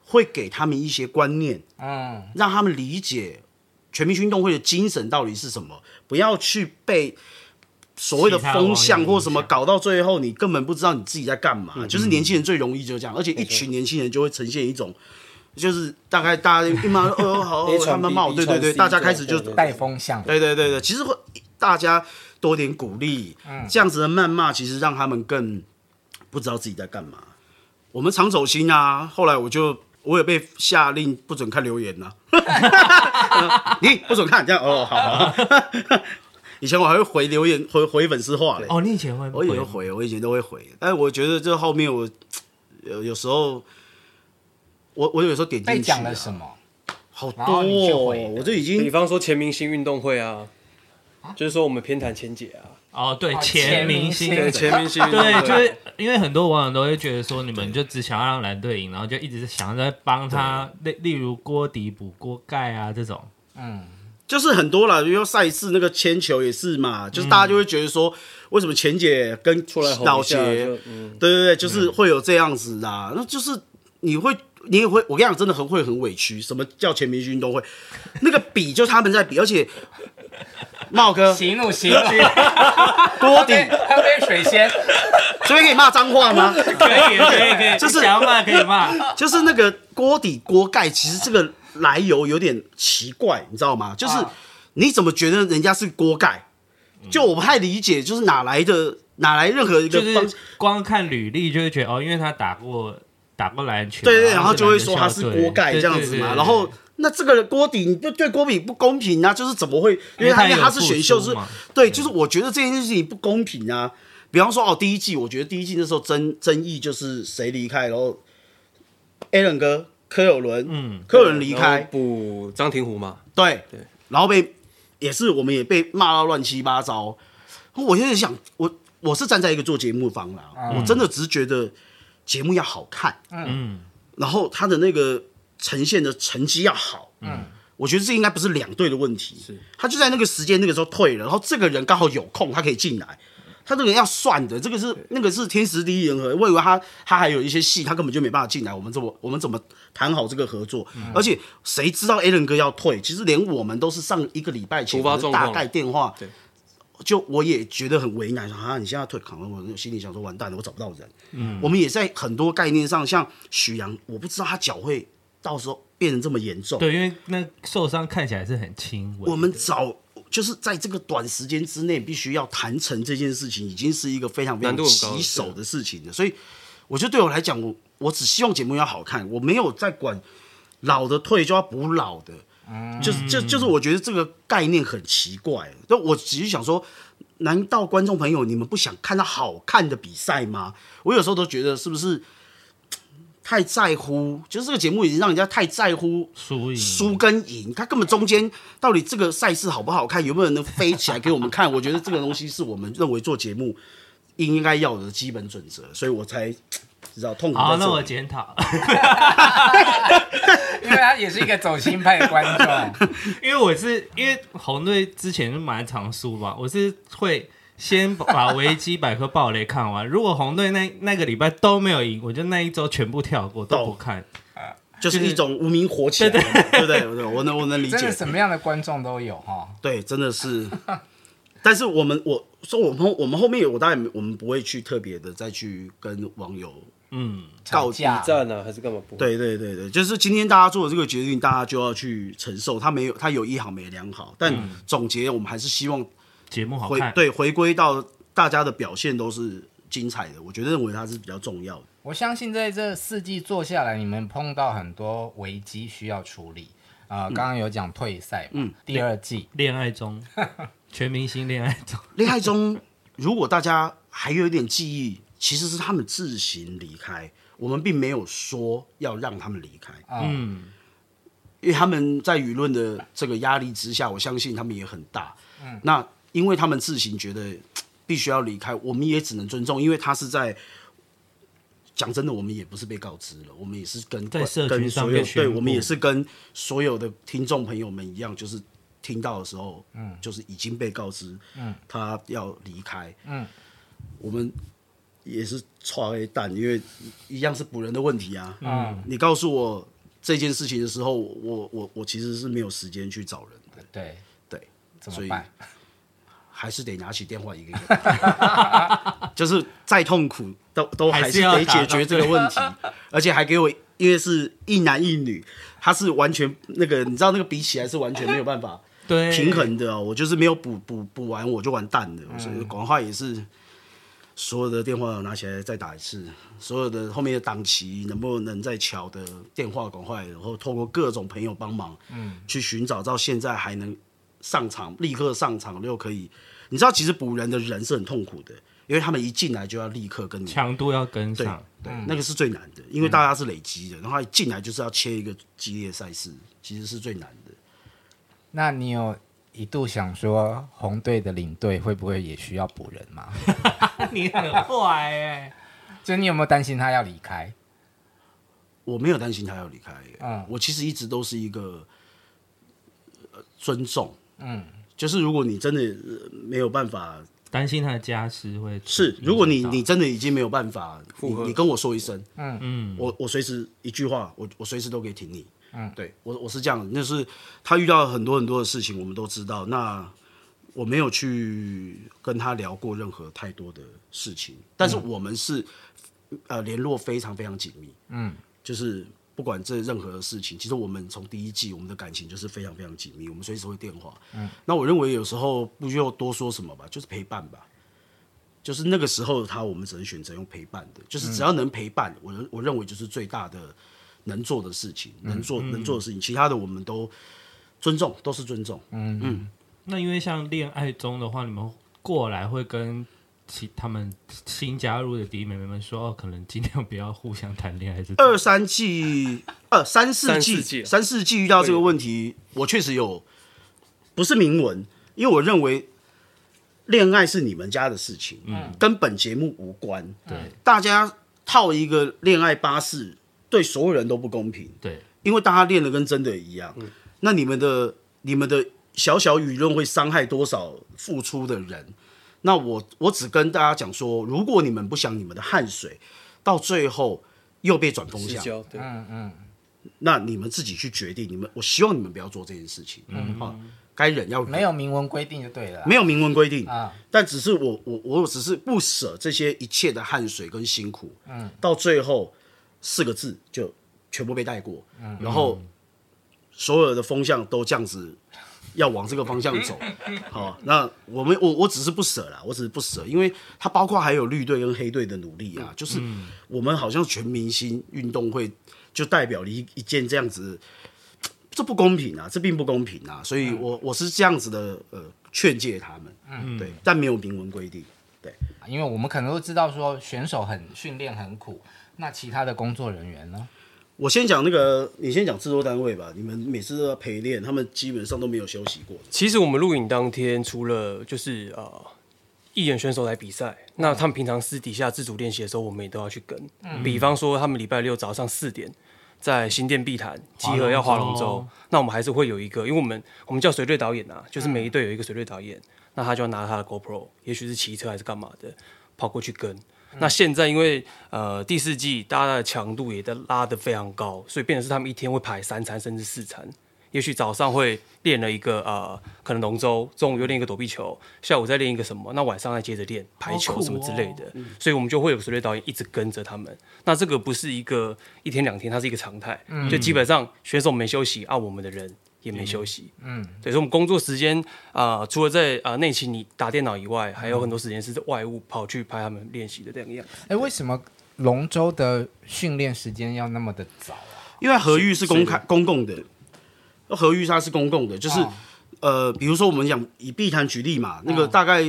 Speaker 1: 会给他们一些观念，
Speaker 5: 嗯，
Speaker 1: 让他们理解全民运动会的精神到底是什么，不要去被所谓的风向或什么搞到最后，你根本不知道你自己在干嘛。就是年轻人最容易就这样，而且一群年轻人就会呈现一种。就是大概大家一忙，哦好，哦
Speaker 3: A
Speaker 1: 他
Speaker 3: 传 B
Speaker 1: 们骂我，
Speaker 3: B
Speaker 1: 对对
Speaker 3: 传
Speaker 1: 对，
Speaker 3: C
Speaker 1: 大家开始
Speaker 3: 对
Speaker 1: 就
Speaker 3: 对对
Speaker 5: 带风向，
Speaker 1: 对对对对，其实会大家多点鼓励，
Speaker 5: 嗯
Speaker 1: 这样子的谩骂，其实让他们更不知道自己在干嘛。我们常走心啊，后来我就我也被下令不准看留言呐、啊， 你不准看，这样哦，好 好。以前我还会回留言，回回粉丝话嘞。
Speaker 2: 哦，你以前会
Speaker 1: 我也会回，我以前都会回，但我觉得这后面我有有时候，我我有时候点进去、啊，
Speaker 5: 被讲了什么？
Speaker 1: 好多
Speaker 5: 然后你就
Speaker 1: 哦
Speaker 5: 回，
Speaker 1: 我就已
Speaker 6: 比
Speaker 1: 经
Speaker 6: 方说前明星运动会啊，就是说我们偏袒前姐啊，
Speaker 2: 哦，对，
Speaker 5: 哦
Speaker 2: 前
Speaker 5: 前
Speaker 2: 明
Speaker 5: 明
Speaker 2: 星
Speaker 5: 星
Speaker 6: 对前明星运动会
Speaker 2: 对，就是因为很多网友都会觉得说，你们就只想要让蓝队赢，然后就一直想要在帮他，例例如锅底补锅盖啊这种。
Speaker 1: 就是很多了，比如说赛事那个铅球也是嘛，就是大家就会觉得说，为什么钱姐跟
Speaker 6: 出来吼
Speaker 1: 老
Speaker 6: 一下
Speaker 1: 杰，
Speaker 6: 就嗯，
Speaker 1: 对对对，就是会有这样子的啊、那就是你会。你也会，我跟你讲，真的很会很委屈。什么叫全民运动会？那个比就是他们在比，而且茂哥
Speaker 5: 息怒息 怒，
Speaker 1: 锅底，
Speaker 5: 喝杯水先。
Speaker 1: 这边可以骂脏话吗？
Speaker 2: 可以可以可以，
Speaker 1: 就是
Speaker 2: 你想要骂可以 骂。
Speaker 1: 就是那个锅底锅盖，其实这个来由有点奇怪，你知道吗？就是
Speaker 5: 啊
Speaker 1: 你怎么觉得人家是锅盖？就我不太理解，就是哪来的哪来任何一个
Speaker 2: 就
Speaker 1: 方
Speaker 2: 是光看履历就会觉得哦，因为他打过打过篮球啊，
Speaker 1: 对对，
Speaker 2: 他
Speaker 1: 然后就会说他
Speaker 2: 篮
Speaker 1: 是
Speaker 2: 球校队
Speaker 1: 锅盖这样子
Speaker 2: 对对
Speaker 1: 嘛，
Speaker 2: 对
Speaker 1: 然后。那这个锅底，你就对锅比不公平啊！就是怎么会？因为
Speaker 2: 因为他
Speaker 1: 他因为
Speaker 2: 有
Speaker 1: 他是
Speaker 2: 付
Speaker 1: 选秀
Speaker 2: 出
Speaker 1: 是
Speaker 2: 嘛，
Speaker 1: 对，就是我觉得这件事情不公平啊。比方说哦，第一季我觉得第一季那时候争争议就是谁离开，然后 Allen 哥、柯有伦，嗯
Speaker 2: 嗯，
Speaker 1: 柯有伦离开，
Speaker 6: 补张庭湖嘛，
Speaker 1: 对
Speaker 6: 对
Speaker 1: 然后被也是我们也被骂到乱七八糟。我现在想，我我是站在一个做节目方啦，我真的只是觉得节目要好看，
Speaker 2: 嗯，
Speaker 1: 然后他的那个呈现的成绩要好，嗯。我觉得这应该不是两队的问题，是他就在那个时间那个时候退了，然后这个人刚好有空，他可以进来，他这个人要算的，这个是那个是天时地利人和。我以为他他还有一些戏，他根本就没办法进来。我们怎么我们怎么谈好这个合作？而且谁知道 a l n 哥要退？其实连我们都是上一个礼拜前
Speaker 6: 突发状况
Speaker 1: 大概电话
Speaker 6: 对，
Speaker 1: 就我也觉得很为难啊！你现在要退扛了，我心里想说完蛋了，我找不到人。嗯，我们也在很多概念上，像许阳，我不知道他脚会到时候变成这么严重。
Speaker 2: 对，因为那受伤看起来是很轻微的。
Speaker 1: 我们早就是在这个短时间之内必须要谈成这件事情，已经是一个非常非
Speaker 6: 难
Speaker 1: 常
Speaker 6: 度很高啊
Speaker 1: 棘手的事情了。所以，我觉得对我来讲，我我只希望节目要好看，我没有在管老的退就要补老的，
Speaker 6: 嗯
Speaker 1: 就是就就是我觉得这个概念很奇怪。就我只是想说，难道观众朋友你们不想看到好看的比赛吗？我有时候都觉得是不是太在乎，就是这个节目已经让人家太在乎
Speaker 2: 输赢
Speaker 1: 输跟赢，他根本中间到底这个赛事好不好看，有没有人能飞起来给我们看？我觉得这个东西是我们认为做节目应该要有的基本准则，所以我才知道痛苦
Speaker 2: 好，
Speaker 1: 在
Speaker 2: 啊那
Speaker 1: 这
Speaker 2: 我
Speaker 1: 里。
Speaker 2: 检讨，
Speaker 5: 因为他也是一个走心派的观众，
Speaker 2: 因为我是因为红队之前就蛮常输嘛，我是会先把维基百科暴雷看完。 如果红队那那个礼拜都没有赢，我就那一周全部跳过都不看。
Speaker 1: 就是一种无名火起来，对不对？对我能我能理
Speaker 5: 真
Speaker 1: 解
Speaker 5: 的。什么样的观众都有哈。
Speaker 1: 对，真的是。但是我们我说我们后我们后面有我当然没我们不会去特别的再去跟网友
Speaker 2: 嗯，
Speaker 1: 告
Speaker 5: 吵架
Speaker 6: 赞啊还是干嘛补？，
Speaker 1: 对对对对，就是今天大家做的这个决定，大家就要去承受。他没有他有一好没两好，但总结我们还是希望
Speaker 2: 节目嗯好
Speaker 1: 回
Speaker 2: 看，
Speaker 1: 对回归到大家的表现都是精彩的，我觉得认为它是比较重要的。
Speaker 5: 我相信在这四季做下来，你们碰到很多危机需要处理。啊、刚刚有讲退赛嘛，第二季
Speaker 2: 恋爱中，全明星恋爱中，
Speaker 1: 恋爱中，如果大家还有一点记忆，其实是他们自行离开，我们并没有说要让他们离开。
Speaker 2: 嗯，
Speaker 1: 因为他们在舆论的这个压力之下，我相信他们也很大。嗯，那因为他们自行觉得嘖必须要离开，我们也只能尊重，因为他是在。讲真的，我们也不是被告知了，我们也是跟
Speaker 2: 在社群
Speaker 1: 跟
Speaker 2: 上
Speaker 1: 所有
Speaker 2: 面宣
Speaker 1: 对，
Speaker 2: 布
Speaker 1: 我们也是跟所有的听众朋友们一样，就是听到的时候，嗯，就是已经被告知，嗯，他要离开，嗯，我们也是踹黑蛋，因为一样是补人的问题啊。嗯，你告诉我这件事情的时候，我我我其实是没有时间去找人的，
Speaker 5: 对，
Speaker 1: 对，
Speaker 5: 怎
Speaker 1: 所
Speaker 5: 么
Speaker 1: 以
Speaker 5: 办？
Speaker 1: 还是得拿起电话一个一个打， 就是再痛苦都都还是得解决这个问题，而且还给我，因为是一男一女，他是完全那个，你知道那个比起来是完全没有办法
Speaker 2: 对，
Speaker 1: 平衡的哦，我就是没有补补补完我就完蛋了，所以广话也是。所有的电话拿起来再打一次，所有的后面的档期能不能再敲的电话赶快，然后透过各种朋友帮忙，嗯，去寻找到现在还能上场，立刻上场又可以。你知道，其实补人的人是很痛苦的，因为他们一进来就要立刻跟你，
Speaker 2: 强度要跟
Speaker 1: 对
Speaker 2: 上，
Speaker 1: 对，那个是最难的，因为大家是累积的，然后一进来就是要切一个激烈赛事，其实是最难的。
Speaker 5: 那你有一度想说红队的领队会不会也需要补人 吗？
Speaker 2: 你很坏哎、
Speaker 5: 就你有没有担心他要离开？
Speaker 1: 我没有担心他要离开，
Speaker 5: 嗯
Speaker 1: 我其实一直都是一个、呃尊重，嗯，就是如果你真的呃没有办法，
Speaker 2: 担心他的家事会
Speaker 1: 是如果你
Speaker 2: 影响到
Speaker 1: 你真的已经没有办法，你
Speaker 6: 复合
Speaker 1: 你跟我说一声，
Speaker 2: 嗯
Speaker 1: 我我随时一句话，我我随时都可以挺你，嗯，对我我是这样，就是他遇到很多很多的事情，我们都知道，那我没有去跟他聊过任何太多的事情，但是我们是、呃联络非常非常紧密，就是不管这任何事情，其实我们从第一季我们的感情就是非常非常紧密，我们随时会电话。嗯，那我认为有时候不需要多说什么吧，就是陪伴吧。就是那个时候他，我们只能选择用陪伴的，就是只要能陪伴，我认我认为就是最大的能做的事情，能做能做的事情，其他的我们都尊重，都是尊重。
Speaker 2: 那因为像恋爱中的话，你们过来会跟其他们新加入的弟弟妹妹们说，哦，可能尽量不要互相谈恋爱这种。
Speaker 1: 二三季，呃，三四
Speaker 6: 三
Speaker 1: 季，
Speaker 6: 四季
Speaker 1: 三四季遇到这个问题，我确实有，不是明文，因为我认为恋爱是你们家的事情，嗯，跟本节目无关。对，大家套一个恋爱巴士，对所有人都不公平，
Speaker 2: 对，
Speaker 1: 因为大家练的跟真的一样。那你们的你们的小小舆论会伤害多少付出的人？那我我只跟大家讲说，如果你们不想你们的汗水到最后又被转风
Speaker 6: 失
Speaker 1: 向，
Speaker 6: 焦，对，
Speaker 1: 那你们自己去决定。你们，我希望你们不要做这件事情。嗯，好、该忍要忍
Speaker 5: 没有明文规定就对了啦。
Speaker 1: 没有明文规定
Speaker 5: 啊
Speaker 1: 但只是我我我只是不舍这些一切的汗水跟辛苦，嗯，到最后四个字就全部被带过，然后所有的风向都这样子要往这个方向走，好，那我们我我只是不舍啦，我只是不舍，因为它包括还有绿队跟黑队的努力啊，就是我们好像全明星运动会就代表了一一件这样子。这不公平啊，这并不公平啊，所以我我是这样子的呃劝诫他们，嗯，对，但没有明文规定，
Speaker 5: 因为我们可能都知道说选手很训练很苦，那其他的工作人员呢？
Speaker 1: 我先讲那个，你先讲制作单位吧。你们每次都要陪练，他们基本上都没有休息过。
Speaker 6: 其实我们录影当天，除了就是呃艺人选手来比赛，那他们平常私底下自主练习的时候，我们也都要去跟。比方说，他们礼拜六早上四点在新店碧潭集合要划龙
Speaker 2: 划
Speaker 6: 舟
Speaker 2: 龙舟，
Speaker 6: 那我们还是会有一个，因为我们我们叫随队导演啊，就是每一队有一个随队导演，那他就要拿他的 GoPro，也许是骑车还是干嘛的，跑过去跟。
Speaker 2: 嗯
Speaker 6: 那现在因为呃第四季大家的强度也在拉得非常高，所以变成是他们一天会排三餐甚至四餐。也许早上会练了一个呃，可能龙舟，中午又练一个躲避球，下午再练一个什么，那晚上再接着练排
Speaker 2: 好
Speaker 6: 球
Speaker 2: 酷哦嗯
Speaker 6: 什么之类的。所以我们就会有随队导演一直跟着他们。那这个不是一个一天两天，它是一个常态。
Speaker 2: 嗯
Speaker 6: 就基本上选手没休息啊，我们的人也没休息。嗯，对，所以我们工作时间啊、除了在啊、内勤你打电脑以外，还
Speaker 1: 嗯
Speaker 6: 有很多时间是在外务跑去拍他们练习的这样样。
Speaker 5: 哎，为什么龙舟的训练时间要那么的早啊？
Speaker 1: 因为合域是公开公共的，合域它是公共的，就是、呃，比如说我们讲以碧潭举例嘛，那个大概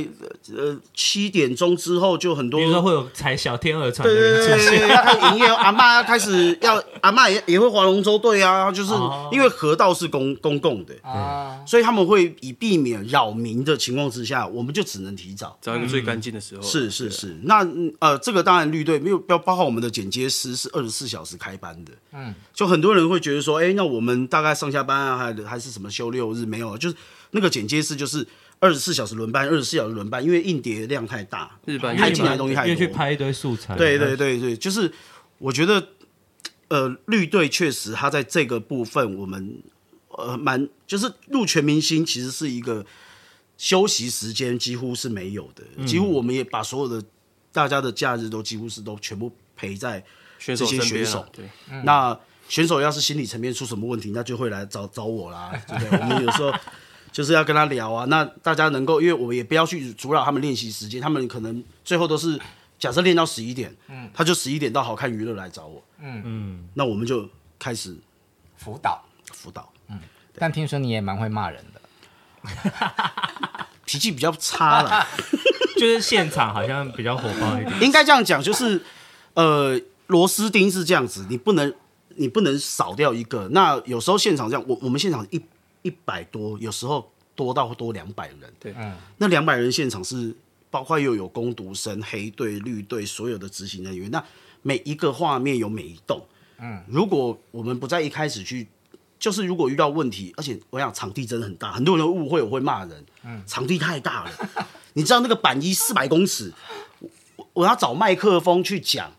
Speaker 1: 呃七点钟之后就很多
Speaker 2: 比如说会有踩小天鹅船的
Speaker 1: 对
Speaker 2: 人
Speaker 1: 对
Speaker 2: 出
Speaker 1: 对
Speaker 2: 现，
Speaker 1: 对，要开始营业，阿嬷要开始要阿嬷也也会划龙舟队啊，就是因为河道是公公共的，
Speaker 5: 啊，
Speaker 1: 所以他们会以避免扰民的情况之下，我们就只能提早。
Speaker 6: 找一个最干净的时候。
Speaker 1: 嗯是是是，那嗯呃，这个当然绿队没有包包括我们的剪接师是二十四小时开班的，嗯，就很多人会觉得说，哎、那我们大概上下班啊，还还是什么休六日没有，就是那个剪接师就是二十四小时轮班，二十四小时轮班，因为硬碟量太大，
Speaker 6: 日版
Speaker 1: 拍进来的东西太多
Speaker 2: 因为去拍一堆素材，
Speaker 1: 对对对对，就是我觉得，呃，绿队确实他在这个部分，我们呃蛮就是入全明星其实是一个休息时间几乎是没有
Speaker 6: 嗯
Speaker 1: 的，几乎我们也把所有的大家的假日都几乎是都全部陪在
Speaker 6: 选手
Speaker 1: 这些
Speaker 6: 身边
Speaker 1: 选手
Speaker 6: 啊，对，
Speaker 1: 那选手要是心理层面出什么问题，那就会来找找我 啦，对不对？我们有时候就是要跟他聊啊。那大家能够，因为我们也不要去阻扰他们练习时间，他们可能最后都是假设练到十一点，嗯，他就十一点到好看娱乐来找我，嗯嗯，那我们就开始
Speaker 5: 辅导。
Speaker 1: 辅导。
Speaker 5: 但听说你也蛮会骂人的，
Speaker 1: 脾气比较差啦，
Speaker 2: 就是现场好像比较火爆一点。
Speaker 1: 应该这样讲，就是呃，螺丝钉是这样子，你不能你不能少掉一个。那有时候现场这样，我我们现场一一百多，有时候多到多两百人，
Speaker 6: 对
Speaker 5: 嗯
Speaker 1: 那两百人现场是包括又有攻读生、黑队、绿队所有的执行人员，那每一个画面有每一栋，嗯，如果我们不在一开始去。就是如果遇到问题，而且我想场地真的很大，很多人误会我会骂人，嗯，场地太大了， 你知道那个板一四百公尺，我我要找麦克风去讲，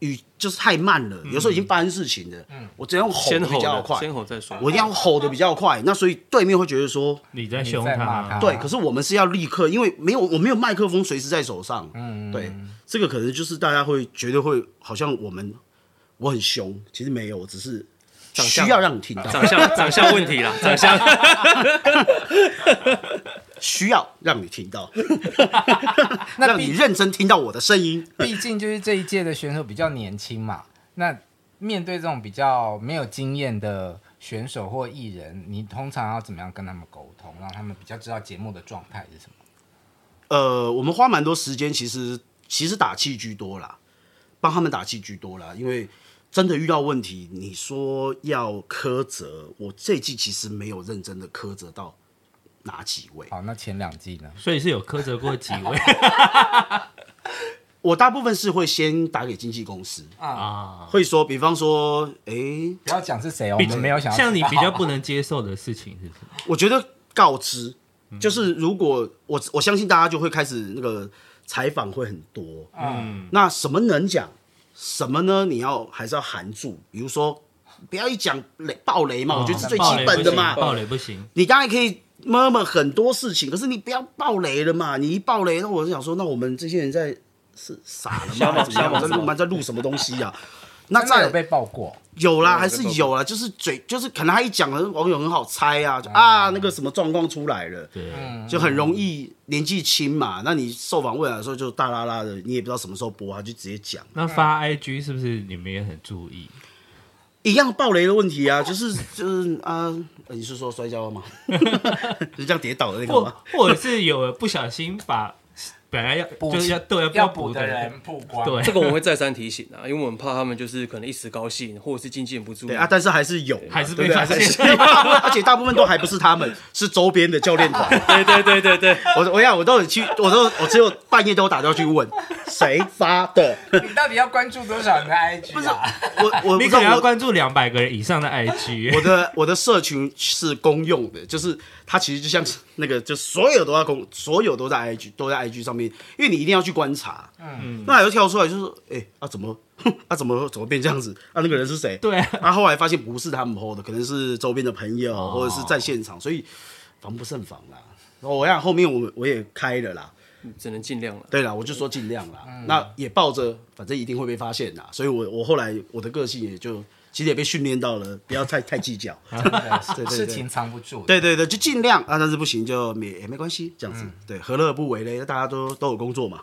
Speaker 1: 语就是太慢了，有时候已经发生事情了，我只能用吼
Speaker 6: 嗯先
Speaker 1: 的比
Speaker 6: 吼
Speaker 1: 较
Speaker 6: 的
Speaker 1: 快，
Speaker 6: 先吼再说。
Speaker 1: 我一定要吼的比较快，那所以对面会觉得说
Speaker 2: 你在凶
Speaker 5: 你在骂他
Speaker 2: 他，
Speaker 1: 对，可是我们是要立刻，因为没有我没有麦克风随时在手上。嗯，对，这个可能就是大家会觉得会好像我们我很凶，其实没有，我只是啊需要让你听到，
Speaker 6: 长相长相问 题啦，长相
Speaker 1: 需要让你听到，
Speaker 5: 那
Speaker 1: 让你认真听到我的声音。
Speaker 5: 毕竟就是这一届的选手比较年轻嘛。 那面对这种比较没有经验的选手或艺人，你通常要怎么样跟他们沟通，让他们比较知道节目的状态是什么？
Speaker 1: 呃，我们花蛮多时间，其实其实打气居多啦，帮他们打气居多啦，因为真的遇到问题，你说要苛责，我这季其实没有认真的苛责到哪几位。
Speaker 5: 好，那前两季呢？
Speaker 2: 所以是有苛责过几位
Speaker 1: 我大部分是会先打给经纪公司，
Speaker 2: 啊？
Speaker 1: 会说，比方说，诶，
Speaker 5: 不要讲是谁哦，我们没有想要
Speaker 2: 像你比
Speaker 5: 知
Speaker 2: 较
Speaker 5: 道
Speaker 2: 不能接受的事情是什么？
Speaker 1: 我觉得告知，就是如果我我相信大家就会开始那个采访会很多，
Speaker 2: 啊
Speaker 1: 嗯，那什么能讲，什么呢？你要还是要含住，比如说不要一讲雷爆雷嘛，我觉得是最基本的嘛，
Speaker 2: 啊哦暴雷不行，
Speaker 1: 你当然可以摸摸很多事情，可是你不要爆雷了嘛！你一爆雷，那我就想说，那我们这些人在是傻了吗？还是怎么样？在录吗？在录什么东西 啊？那
Speaker 5: 真的有
Speaker 1: 再
Speaker 5: 被爆过，
Speaker 1: 有啦，还
Speaker 6: 这
Speaker 1: 是
Speaker 6: 个
Speaker 1: 有啦，就是嘴，就是可能他一讲，网友很好猜啊，就啊那个什么状况出来了，
Speaker 2: 对，
Speaker 1: 就很容易年纪轻嘛。那你受访问的时候就大拉拉的，你也不知道什么时候播啊，就直接讲
Speaker 2: 那发 IG 是不是你们也很注意？
Speaker 1: 一样爆雷的问题啊，就是 就是啊，你是说摔跤吗？ 就这样跌倒的那个
Speaker 2: 或
Speaker 1: 吗？
Speaker 2: 或者是有不小心把本来要
Speaker 5: 补
Speaker 2: 就是要对要
Speaker 5: 要
Speaker 2: 补
Speaker 5: 补的
Speaker 2: 人
Speaker 5: 人曝光，
Speaker 2: 对
Speaker 6: 这个我们会再三提醒啊，因为我们怕他们就是可能一时高兴，或者是经纪人不注意
Speaker 1: 对，啊，但是还是有嘛，
Speaker 2: 还是
Speaker 1: 对
Speaker 2: 被
Speaker 1: 不对？
Speaker 2: 发
Speaker 1: 还是
Speaker 2: 现
Speaker 1: 而且大部分都还不是他们，是周边的教练团。
Speaker 6: 对对对对对，
Speaker 1: 我我要我都有去，我都我只有半夜都有打电话去问谁发的，
Speaker 5: 你到底要关注多少人的 IG 啊？
Speaker 1: 我我不
Speaker 2: 你
Speaker 1: 知
Speaker 2: 可
Speaker 1: 道
Speaker 2: 能要
Speaker 1: 我
Speaker 2: 关注两百个人以上的 IG，
Speaker 1: 我的我的社群是公用的，就是它其实就像是那个，就所有都在公，所有都在 IG 都在 IG 上面，因为你一定要去观察，嗯，那有跳出来就是说，哎、啊怎么，哼啊怎么怎么变这样子？啊那个人是谁？
Speaker 2: 对啊哦
Speaker 1: 啊后来发现不是他们 hold 的，可能是周边的朋友、或者是在现场，所以防不胜防啦。然后我想后面我我也开了啦，
Speaker 6: 只能尽量了。
Speaker 1: 对啦，我就说尽量啦。那也抱着反正一定会被发现啦，所以我我后来我的个性也就其实也被训练到了，不要太太计 较。啊对对对
Speaker 5: 事情藏不住的。
Speaker 1: 对对对，就尽量啊，但是不行就没也没关系，这样子、对，何乐而不为嘞？大家都都有工作嘛。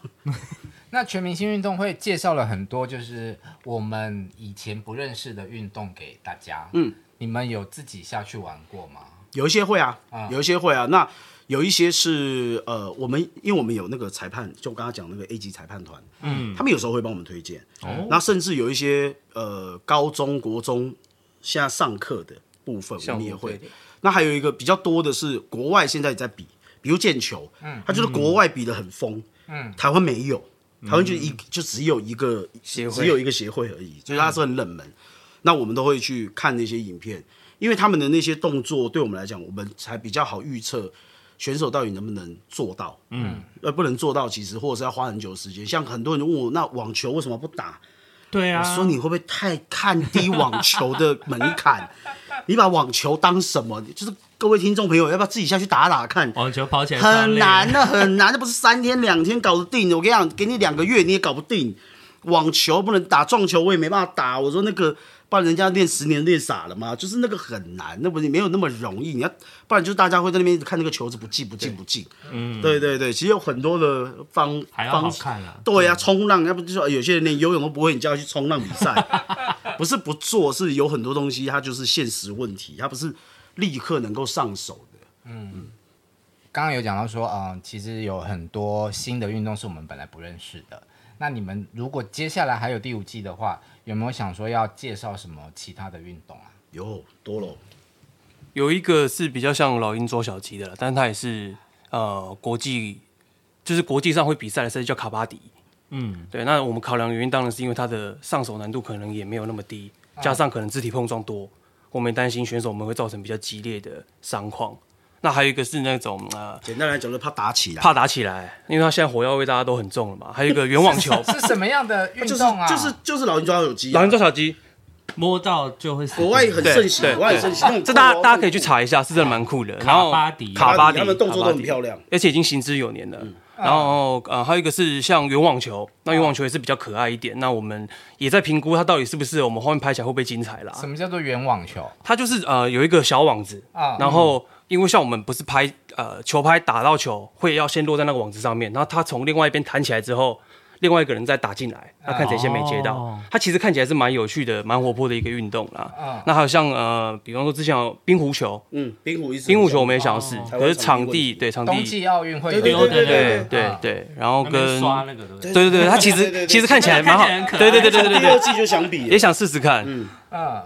Speaker 5: 那全明星运动会介绍了很多，就是我们以前不认识的运动给大家。嗯，你们有自己下去玩过吗？
Speaker 1: 有一些会啊，有一些会啊。那有一些是呃，我们因为我们有那个裁判，就我刚刚讲那个 A 级裁判团，嗯，他们有时候会帮我们推荐。哦，那甚至有一些呃，高中国中现在上课的部分，我
Speaker 6: 项
Speaker 1: 们
Speaker 6: 目
Speaker 1: 也会
Speaker 6: 对。
Speaker 1: 那还有一个比较多的是国外现在也在比，比如毽球，嗯，他就是国外比的很疯，嗯，台湾没有，台湾就一就只有一个
Speaker 6: 嗯协会嗯
Speaker 1: 只有一个协会而已，所以它是很冷门。那我们都会去看那些影片，因为他们的那些动作对我们来讲，我们才比较好预测选手到底能不能做到？嗯，呃，不能做到，其实或者是要花很久的时间。像很多人问我，那网球为什么不打？
Speaker 2: 对啊，
Speaker 1: 说你会不会太看低网球的门槛？你把网球当什么？就是各位听众朋友，要不要自己下去打打看？
Speaker 2: 网球哦跑起来超
Speaker 1: 很
Speaker 2: 累
Speaker 1: 难啊的，很难的，不是三天两天搞得定的。我跟你讲，给你两个月你也搞不定。网球不能打，撞球我也没办法打。我说那个，不然人家练十年练傻了嘛，就是那个很难，那不是没有那么容易。你要不然就是大家会在那边看那个球子不进不进不进。嗯，对对对，其实有很多的方
Speaker 2: 还要
Speaker 1: 方
Speaker 2: 好
Speaker 1: 式。
Speaker 2: 看啊。
Speaker 1: 对呀、冲浪，要不就说有些人连游泳都不会，你叫他去冲浪比 赛，不是不做，是有很多东西它就是现实问题，它不是立刻能够上手的。
Speaker 5: 刚刚有讲到说，嗯，其实有很多新的运动是我们本来不认识的。那你们如果接下来还有第五季的话，有没有想说要介绍什么其他的运动啊？
Speaker 1: 有多了，
Speaker 6: 有一个是比较像老鹰捉小鸡的了，但是它也是呃国际，就是国际上会比赛的赛事叫卡巴迪。
Speaker 2: 嗯，
Speaker 6: 对，那我们考量原因当然是因为它的上手难度可能也没有那么低，加上可能肢体碰撞多，我们也担心选手们会造成比较激烈的伤况。那还有一个是那种呃
Speaker 1: 简单来讲就是怕打起来，
Speaker 6: 怕打起来，因为他现在火药味大家都很重了嘛。还有一个圆网球，
Speaker 5: 是什么样的运
Speaker 1: 就是
Speaker 5: 动 啊？
Speaker 1: 就是就是老人抓手机、
Speaker 6: 老
Speaker 1: 啊
Speaker 6: 鹰，捉小鸡，
Speaker 2: 摸到就会死。
Speaker 1: 国外很
Speaker 6: 对
Speaker 1: 盛行，
Speaker 6: 对
Speaker 1: 国外很盛行，那种
Speaker 6: 这
Speaker 1: 国
Speaker 6: 大家
Speaker 1: 王
Speaker 6: 大家可以去查一下，是真的蛮酷的。然后
Speaker 2: 卡巴迪
Speaker 6: 卡巴迪，
Speaker 1: 他们动作
Speaker 6: 卡巴
Speaker 1: 都
Speaker 6: 迪
Speaker 1: 很漂亮。啊
Speaker 6: 而且已经行之有年了。然后呃，还有一个是像圆网球，那圆网球也是比较可爱一点。那我们也在评估它到底是不是我们后面拍起来会不会精彩啦
Speaker 5: 什。么叫做圆网球？
Speaker 6: 它就是呃有一个小网子，
Speaker 5: 啊
Speaker 6: 然后因为像我们不是拍呃球拍打到球会要先落在那个网子上面，然后它从另外一边弹起来之后。另外一个人再打进来，那看谁先没接到
Speaker 2: 哦。
Speaker 6: 它其实看起来是蛮有趣的、蛮活泼的一个运动啦
Speaker 5: 啊。
Speaker 6: 那还有像呃，比方说之前有冰壶球，
Speaker 1: 嗯，冰壶一直
Speaker 6: 冰壶球我们也想试，
Speaker 1: 台湾
Speaker 6: 可是
Speaker 1: 场
Speaker 6: 场
Speaker 1: 地
Speaker 6: 地对场地
Speaker 5: 冬季奥运会
Speaker 1: 对对
Speaker 2: 溜
Speaker 1: 对对
Speaker 2: 的
Speaker 6: 对
Speaker 1: 对
Speaker 6: 对
Speaker 5: 啊
Speaker 6: 对，然后
Speaker 2: 那边
Speaker 6: 跟
Speaker 2: 刷那个对不对？
Speaker 6: 对对对，它其
Speaker 1: 对对对对
Speaker 6: 实其实看起来蛮好
Speaker 2: 看起来很，可爱
Speaker 6: 对对对对对
Speaker 1: 第二
Speaker 6: 对，
Speaker 1: 季就想比
Speaker 6: 也
Speaker 1: 了，
Speaker 6: 想试试看。
Speaker 5: 嗯，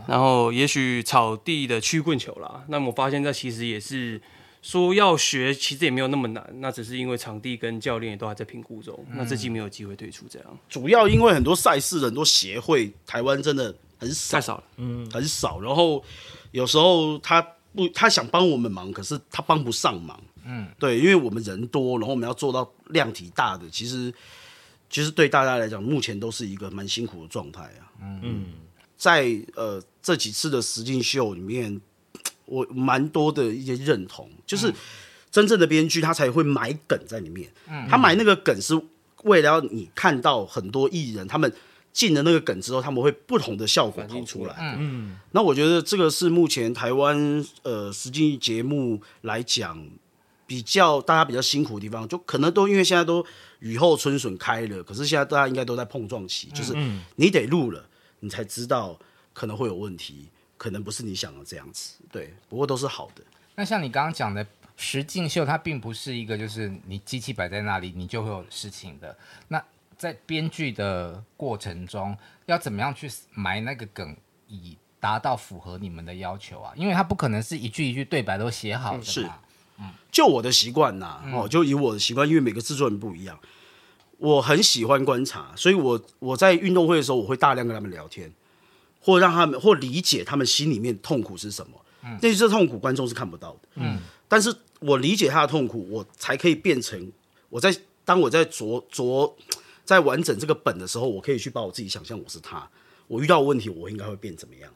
Speaker 6: 然后也许草地的曲棍球啦，那么我发现它其实也是说要学，其实也没有那么难，那只是因为场地跟教练也都还在评估中，那这季没有机会推出这样，
Speaker 1: 主要因为很多赛事、很多协会，台湾真的很少
Speaker 6: 太，少了。
Speaker 1: 很少。然后有时候他不，他想帮我们忙，可是他帮不上忙。嗯，对，因为我们人多，然后我们要做到量体大的，其实其实对大家来讲，目前都是一个蛮辛苦的状态啊。嗯，在呃这几次的实境秀里面，我蛮多的一些认同，就是真正的编剧他才会埋梗在里面。嗯，他埋那个梗是为了要你看到很多艺人他们。进了那个梗之后，他们会不同的效果跑出来。那我觉得这个是目前台湾呃实际节目来讲比较大家比较辛苦的地方，就可能都因为现在都雨后春笋开了，可是现在大家应该都在碰撞期，就是你得录了，你才知道可能会有问题，可能不是你想的这样子。对，不过都是好的。
Speaker 5: 那像你刚刚讲的实境秀，它并不是一个就是你机器摆在那里，你就会有事情的。那在编剧的过程中，要怎么样去埋那个梗，以达到符合你们的要求啊？因为它不可能是一句一句对白都写好的嘛。
Speaker 1: 是就我的习惯呐，哦，就以我的习惯，因为每个制作人不一样，我很喜欢观察，所以我我在运动会的时候，我会大量跟他们聊天，或让他们或理解他们心里面痛苦是什么。那些痛苦观众是看不到的，嗯，但是我理解他的痛苦，我才可以变成我在当我在琢琢在完整这个本的时候，我可以去把我自己想象我是他，我遇到问题我应该会变怎么样。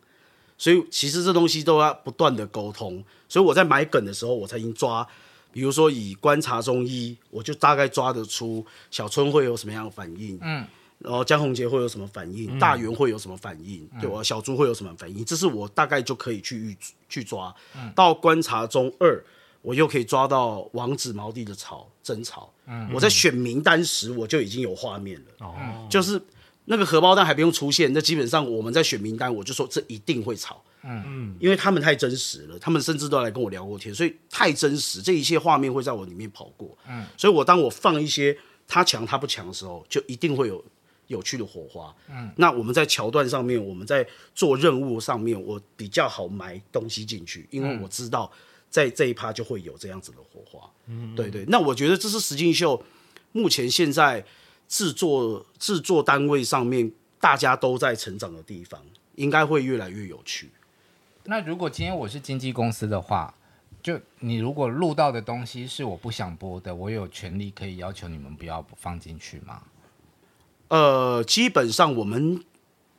Speaker 1: 所以其实这东西都要不断的沟通，所以我在买梗的时候，我才能抓比如说以观察中医，我就大概抓得出小春会有什么样的反应，嗯，然后江宏杰会有什么反应，大圆会有什么反应，对我小猪会有什么反应，这是我大概就可以去预去抓。到观察中二，我又可以抓到王子毛地的草争吵，我在选名单时我就已经有画面了，
Speaker 2: 哦，
Speaker 1: 就是那个荷包蛋还不用出现，那基本上我们在选名单，我就说这一定会吵。嗯，因为他们太真实了，他们甚至都来跟我聊过天，所以太真实，这一切画面会在我里面跑过。嗯，所以我当我放一些他强他不强的时候，就一定会有有趣的火花。嗯，那我们在桥段上面，我们在做任务上面，我比较好埋东西进去，因为我知道在这一趴就会有这样子的火花。嗯，对对，那我觉得这是实境秀目前现在制作制作单位上面大家都在成长的地方，应该会越来越有趣。
Speaker 5: 那如果今天我是经纪公司的话，就你如果录到的东西是我不想播的，我有权利可以要求你们不要放进去吗？
Speaker 1: 呃，基本上我们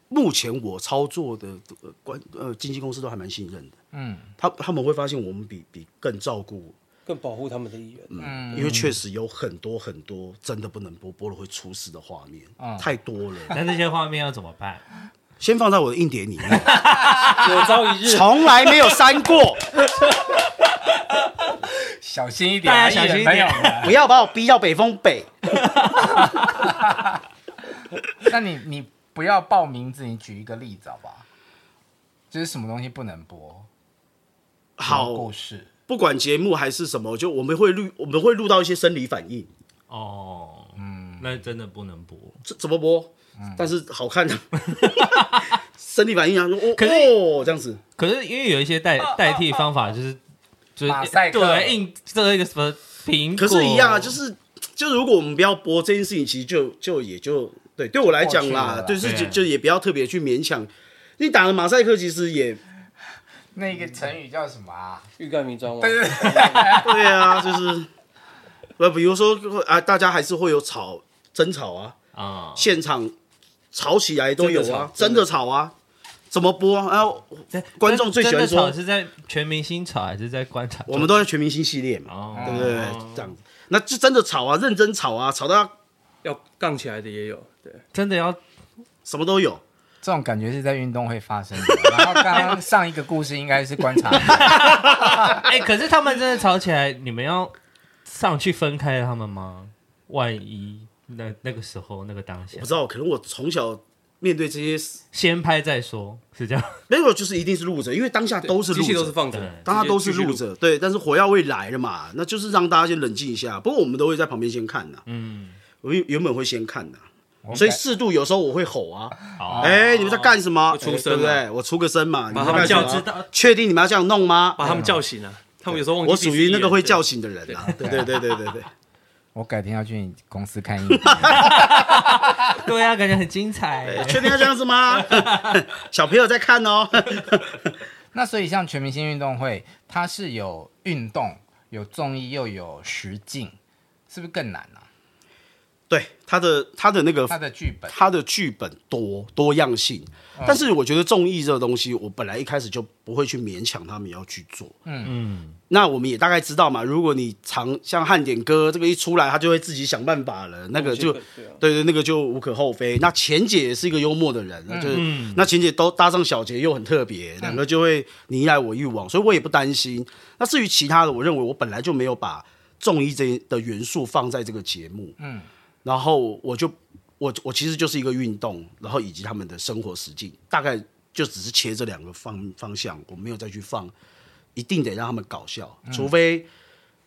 Speaker 1: 目前我操作的呃关呃经纪公司都还蛮信任的，嗯，他他们会发现我们比比更照顾，
Speaker 6: 更保护他们的意愿。
Speaker 1: 因为确实有很多很多真的不能播，播了会出事的画面、太多了，
Speaker 2: 那这些画面要怎么办？
Speaker 1: 先放在我的硬碟里面，
Speaker 6: 有朝一日，
Speaker 1: 从来没有删过，
Speaker 5: 小心一点啊，
Speaker 2: 大家小心一点
Speaker 5: 没有了。
Speaker 1: 不要把我逼到北风北。
Speaker 5: 那你你不要报名字，你举一个例子好不好？就是什么东西不能播？什么
Speaker 1: 好
Speaker 5: 故，事
Speaker 1: 不管节目还是什么，就我们会录，我们会录到一些生理反应，
Speaker 2: 哦，嗯，那真的不能播。
Speaker 1: 这怎么播？但是好看的 生理反应啊，说哦
Speaker 2: 可是
Speaker 1: 哦这样子，
Speaker 2: 可是因为有一些代代替方法，就是就是
Speaker 5: 马赛克
Speaker 2: 对硬这一个什么苹果，
Speaker 1: 可是，一样啊，就是就如果我们不要播这件事情，其实就就也就对，对我来讲
Speaker 5: 过去了
Speaker 1: 啦
Speaker 5: 啦，
Speaker 1: 对，是就
Speaker 2: 对
Speaker 1: 就也不要特别去勉强。你打了马赛克，其实也
Speaker 5: 那个成语叫什么啊？
Speaker 6: 欲盖弥
Speaker 1: 哦
Speaker 6: 彰嘛。
Speaker 1: 对啊，就是呃，比如说啊，大家还是会有吵争吵啊，
Speaker 2: 啊，
Speaker 1: 现场吵起来都有啊，真的吵啊，怎么播啊啊？观众最喜欢
Speaker 2: 真的吵
Speaker 1: 说，
Speaker 2: 是在全明星吵还是在观察？
Speaker 1: 我们都在全明星系列嘛，
Speaker 2: 哦，
Speaker 1: 对不对？这样子，那就真的吵啊，认真吵啊，吵到
Speaker 6: 要杠起来的也有，对，
Speaker 2: 真 的要
Speaker 1: 什么都有。
Speaker 5: 这种感觉是在运动会发 生的。然后刚刚上一个故事应该是观察力，
Speaker 2: 哎、可是他们真的吵起来，你们要上去分开他们吗？万一那那个时候那个当下
Speaker 1: 我不，知道，可能我从小面对这些事，
Speaker 2: 先拍再说，是这样。
Speaker 1: 没有就是一定是录着，因为当下都是
Speaker 6: 机
Speaker 1: 录
Speaker 6: 器都是
Speaker 1: 着。
Speaker 6: 放着
Speaker 2: 对，
Speaker 1: 当下都
Speaker 6: 直
Speaker 1: 是
Speaker 6: 接继续
Speaker 1: 录着，对，但是火药味来了嘛，那就是让大家先冷静一下。不过我们都会在旁边先看呐、嗯，我原原本会先看的、所以适度有时候我会吼啊，
Speaker 2: 好
Speaker 1: 哎、你们在干什么？
Speaker 6: 会出
Speaker 1: 哎
Speaker 6: 声啊
Speaker 1: 对不对？我出个声嘛，你
Speaker 6: 把
Speaker 1: 们
Speaker 6: 他们
Speaker 1: 干什么
Speaker 6: 叫知道
Speaker 1: 确定你们要这样弄吗？
Speaker 6: 啊把他们叫醒了。他们有时候忘
Speaker 1: 哎
Speaker 6: 记
Speaker 1: 我
Speaker 6: 自己
Speaker 1: 属
Speaker 6: 是
Speaker 1: 于
Speaker 6: 艺人
Speaker 1: 那个会叫醒的人啊，对对对对对对，
Speaker 5: 我改天要去你公司看一眼。
Speaker 2: 对啊，感觉很精彩。
Speaker 1: 哎确定要这样子 吗？小朋友在看哦，
Speaker 5: 那所以像全明星运动会，它是有运动、有综艺又有实境，是不是更难啊？
Speaker 1: 对他的他的那个
Speaker 5: 它的剧本
Speaker 1: 他的剧本多多样性，但是我觉得综艺这个东西，我本来一开始就不会去勉强他们要去做。嗯嗯，那我们也大概知道嘛，如果你常像汉典哥这个一出来，他就会自己想办法了，那个就
Speaker 6: 对啊
Speaker 1: 对对，那个就无可厚非。那钱姐也是一个幽默的人，那就是那钱姐都搭上小杰又很特别，两个就会你一来我一往，所以我也不担心。那至于其他的，我认为我本来就没有把综艺这的元素放在这个节目，嗯，然后我就我我其实就是一个运动，然后以及他们的生活实境，大概就只是切这两个方方向，我没有再去放，一定得让他们搞笑，除非。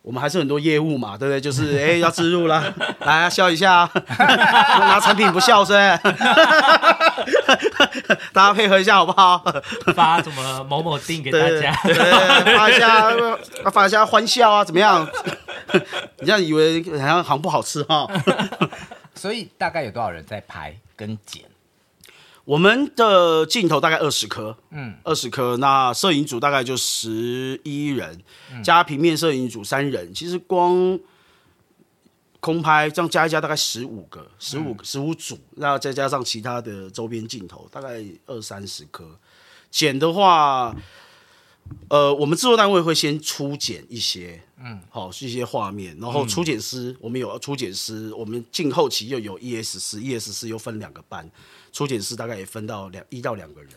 Speaker 1: 我们还是很多业务嘛，对不对？就是哎、要植入啦， 来啊笑一下、啊， 拿产品不笑是不是？ 大家配合一下好不好？
Speaker 2: 发什么某某定给大
Speaker 1: 对
Speaker 2: 家，
Speaker 1: 对，发一下，发一下欢笑啊，怎么样？你这样以为好像好像不好吃哈、
Speaker 5: 所以大概有多少人在拍跟剪？
Speaker 1: 我们的镜头大概二十颗，
Speaker 5: 嗯
Speaker 1: 嗯，二十颗。那摄影组大概就十一人，
Speaker 2: 嗯
Speaker 1: 加平面摄影组三人。其实光空拍这样加一加，大概十五个，十五十五组，那再加上其他的周边镜头，大概二三十颗。剪的话，呃，我们制作单位会先初剪一些，嗯，好、是一些画面，然后初剪师，我们有初剪师，我们进后期又有 E ES 师，ES 师又分两个班，初剪师大概也分到两一到两个人，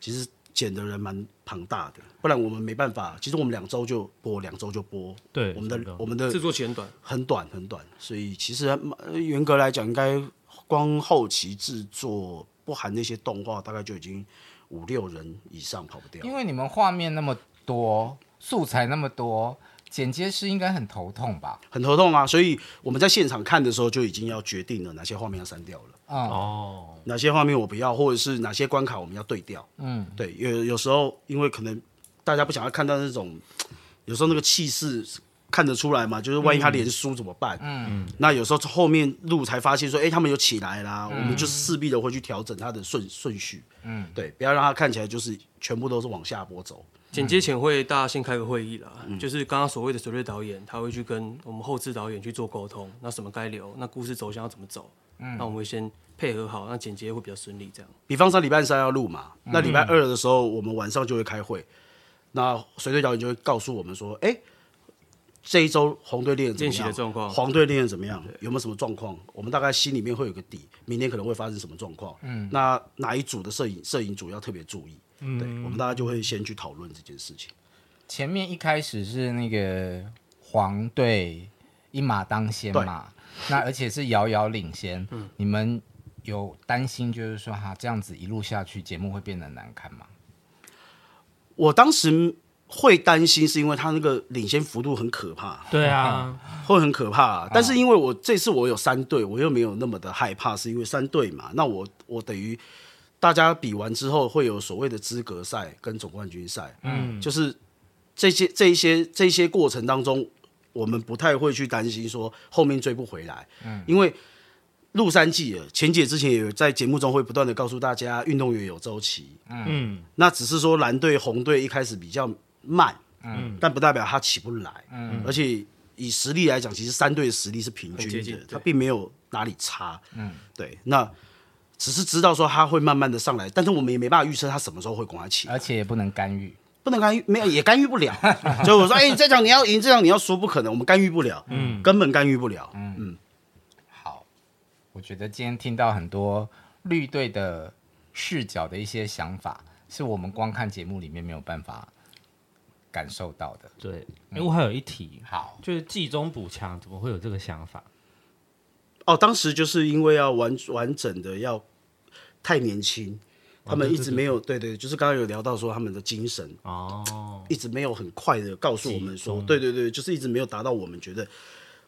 Speaker 1: 其实剪的人蛮庞大的，不然我们没办法，其实我们两周就播，两周就播，
Speaker 2: 对
Speaker 1: 我们的
Speaker 2: 真的
Speaker 1: 我们的嗯
Speaker 6: 制作前短，
Speaker 1: 很短很短，所以其实呃严格来讲，应该光后期制作不含那些动画，大概就已经五六人以上跑不掉。
Speaker 5: 因为你们画面那么多，素材那么多，剪接师应该很头痛吧？
Speaker 1: 很头痛啊，所以我们在现场看的时候就已经要决定了哪些画面要删掉了，
Speaker 5: 嗯，
Speaker 2: 哦，
Speaker 1: 哪些画面我不要，或者是哪些关卡我们要对调。
Speaker 5: 嗯，
Speaker 1: 对，有有时候因为可能大家不想要看到那种，有时候那个气势看得出来嘛，就是万一他连输怎么办？嗯，那有时候后面路才发现说，哎、他们有起来啦，我们就势必的会去调整他的顺顺序。嗯，对，不要让他看起来就是全部都是往下坡走。
Speaker 6: 剪接前会大家先开个会议啦，
Speaker 1: 嗯
Speaker 6: 就是刚刚所谓的随队导演，他会去跟我们后置导演去做沟通，那什么该留，那故事走向要怎么走，那我们会先配合好，那剪接会比较顺利这样。
Speaker 1: 比方说礼拜三要录嘛，
Speaker 6: 嗯
Speaker 1: 那礼拜二的时候我们晚上就会开会，那随队导演就会告诉我们说，哎、这一周红队练得怎么
Speaker 6: 练习的
Speaker 1: 样？
Speaker 6: 状况
Speaker 1: 黄队练得怎么样？有没有什么状况？我们大概心里面会有个底，明天可能会发生什么状况？嗯，那哪一组的摄影摄影组要特别注意？嗯，对，我们大家就会先去讨论这件事情。
Speaker 5: 前面一开始是那个黄队一马当先嘛，那而且是遥遥领先。你们有担心就是说哈，这样子一路下去，节目会变得难看吗？
Speaker 1: 我当时会担心，是因为他那个领先幅度很可怕，
Speaker 2: 对啊，
Speaker 1: 会很可怕、啊但是因为我这次我有三队，我又没有那么的害怕，是因为三队嘛。那我我等于大家比完之后会有所谓的资格赛跟总冠军赛，嗯，就是这些这一些这一些过程当中，我们不太会去担心说后面追不回来，嗯，因为。陆三季了，前姐之前也有在节目中会不断的告诉大家，运动员有周期，
Speaker 2: 嗯，
Speaker 1: 那只是说蓝队、红队一开始比较慢，嗯，但不代表他起不来，嗯，而且以实力来讲，其实三队的实力是平
Speaker 6: 很接
Speaker 1: 均
Speaker 6: 近
Speaker 1: 的
Speaker 6: 对，
Speaker 1: 他并没有哪里差，嗯，对，那只是知道说他会慢慢的上来，但是我们也没办法预测他什么时候会赶快起来，
Speaker 5: 而且也不能干预。
Speaker 1: 不能干预，没有也干预不 了，所以我说，哎、这场你要赢，这场你要输，不可能，我们干预不了，嗯，根本干预不了，嗯，
Speaker 5: 好，我觉得今天听到很多绿队的视角的一些想法，是我们光看节目里面没有办法感受到的。
Speaker 2: 对。
Speaker 1: 嗯
Speaker 2: 哎，我还有一题，
Speaker 5: 好，
Speaker 2: 就是季中补强怎么会有这个想法？
Speaker 1: 哦，当时就是因为要完完整的要太年轻，他们一直没有，哦对对，就是刚刚有聊到说他们的精神
Speaker 2: 哦，
Speaker 1: 一直没有很快的告诉我们
Speaker 2: 集
Speaker 1: 说，
Speaker 2: 中
Speaker 1: 对对对，就是一直没有达到我们觉得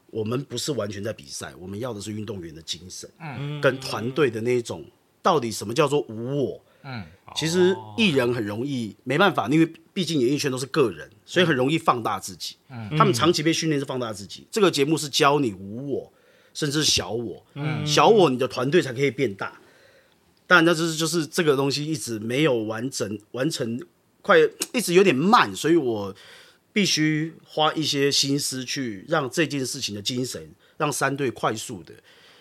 Speaker 1: 我们不是完全在比赛，我们要的是运动员的精神，嗯，跟团队的那一种到底什么叫做无我。
Speaker 5: 嗯，
Speaker 1: 其实艺人很容易没办法，因为毕竟演艺圈都是个人，所以很容易放大自己。他们长期被训练是放大自己。这个节目是教你无我，甚至小我。小我，你的团队才可以变大。但那就是就是这个东西一直没有完整完成，快一直有点慢，所以我必须花一些心思去让这件事情的精神让三队快速的。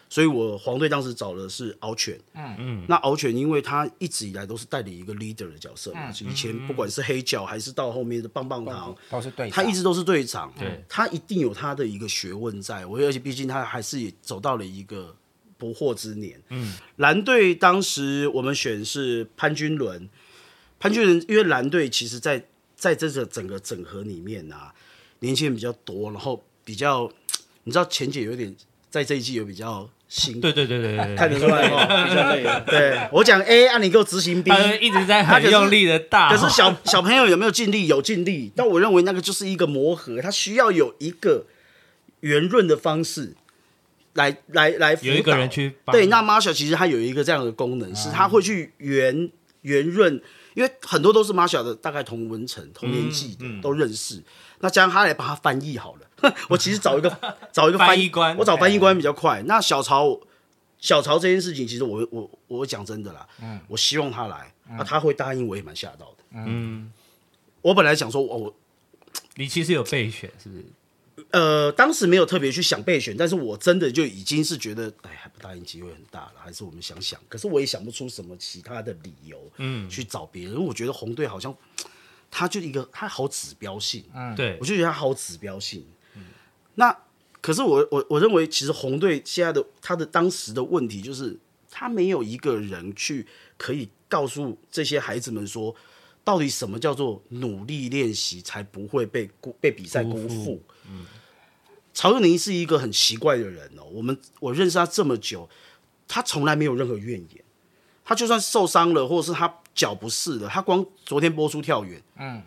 Speaker 1: 所以我黄队当时找的是敖犬，嗯嗯，那敖犬因为他一直以来都是代理一个 leader 的角色嘛，以前不管是黑脚还是到后面的棒棒糖，
Speaker 5: 都是对的。
Speaker 1: 他一直都是队长，
Speaker 2: 对
Speaker 1: 他一定有他的一个学问在。我而且毕竟他还是也走到了一个不惑之年。嗯，蓝队当时我们选是潘君伦，潘君伦因为蓝队其实在在这个整个整合里面啊，年轻人比较多，然后比较你知道钱姐有点在这一季有比较辛苦，
Speaker 2: 对对对对对
Speaker 1: 看得
Speaker 2: 对，
Speaker 1: 出来哦，比较累了。对我讲 A，啊你给我执行 B，
Speaker 2: 他就一直在很用力的大吼，
Speaker 1: 可是小小朋友有没有尽力？有尽力，但我认为那个就是一个磨合，他需要有一个圆润的方式来来来辅导
Speaker 2: 有一个人去帮
Speaker 1: 对，那 Marshall 其实他有一个这样的功能，是他会去圆圆润，因为很多都是 Marshall 的大概同文层、同年纪
Speaker 2: 嗯
Speaker 1: 的、都认识，那加上他来帮他翻译好了。 我其实找一个 找一个
Speaker 2: 翻译官哎
Speaker 1: 我找翻译官比较快。那小曹。小曹这件事情，其实我我我讲真的啦，嗯，我希望他来，那、他会答应，我也蛮吓到的。
Speaker 2: 嗯，
Speaker 1: 我本来想说，我我
Speaker 2: 你其实有备选是不是？
Speaker 1: 呃，当时没有特别去想备选，但是我真的就已经是觉得，哎，还不答应机会很大了，还是我们想想。可是我也想不出什么其他的理由，嗯，去找别人。因为我觉得红队好像，他就一个他好指标性，
Speaker 2: 对
Speaker 1: 我，就觉得他好指标性。那可是我我我认为，其实红队现在的他的当时的问题就是，他没有一个人去可以告诉这些孩子们说，到底什么叫做努力练习才不会被辜被比赛辜
Speaker 2: 辜
Speaker 1: 负。嗯曹佑宁是一个很奇怪的人哦，我们我认识他这么久，他从来没有任何怨言。他就算受伤了，或者是他脚不适了，他光昨天播出跳远，嗯，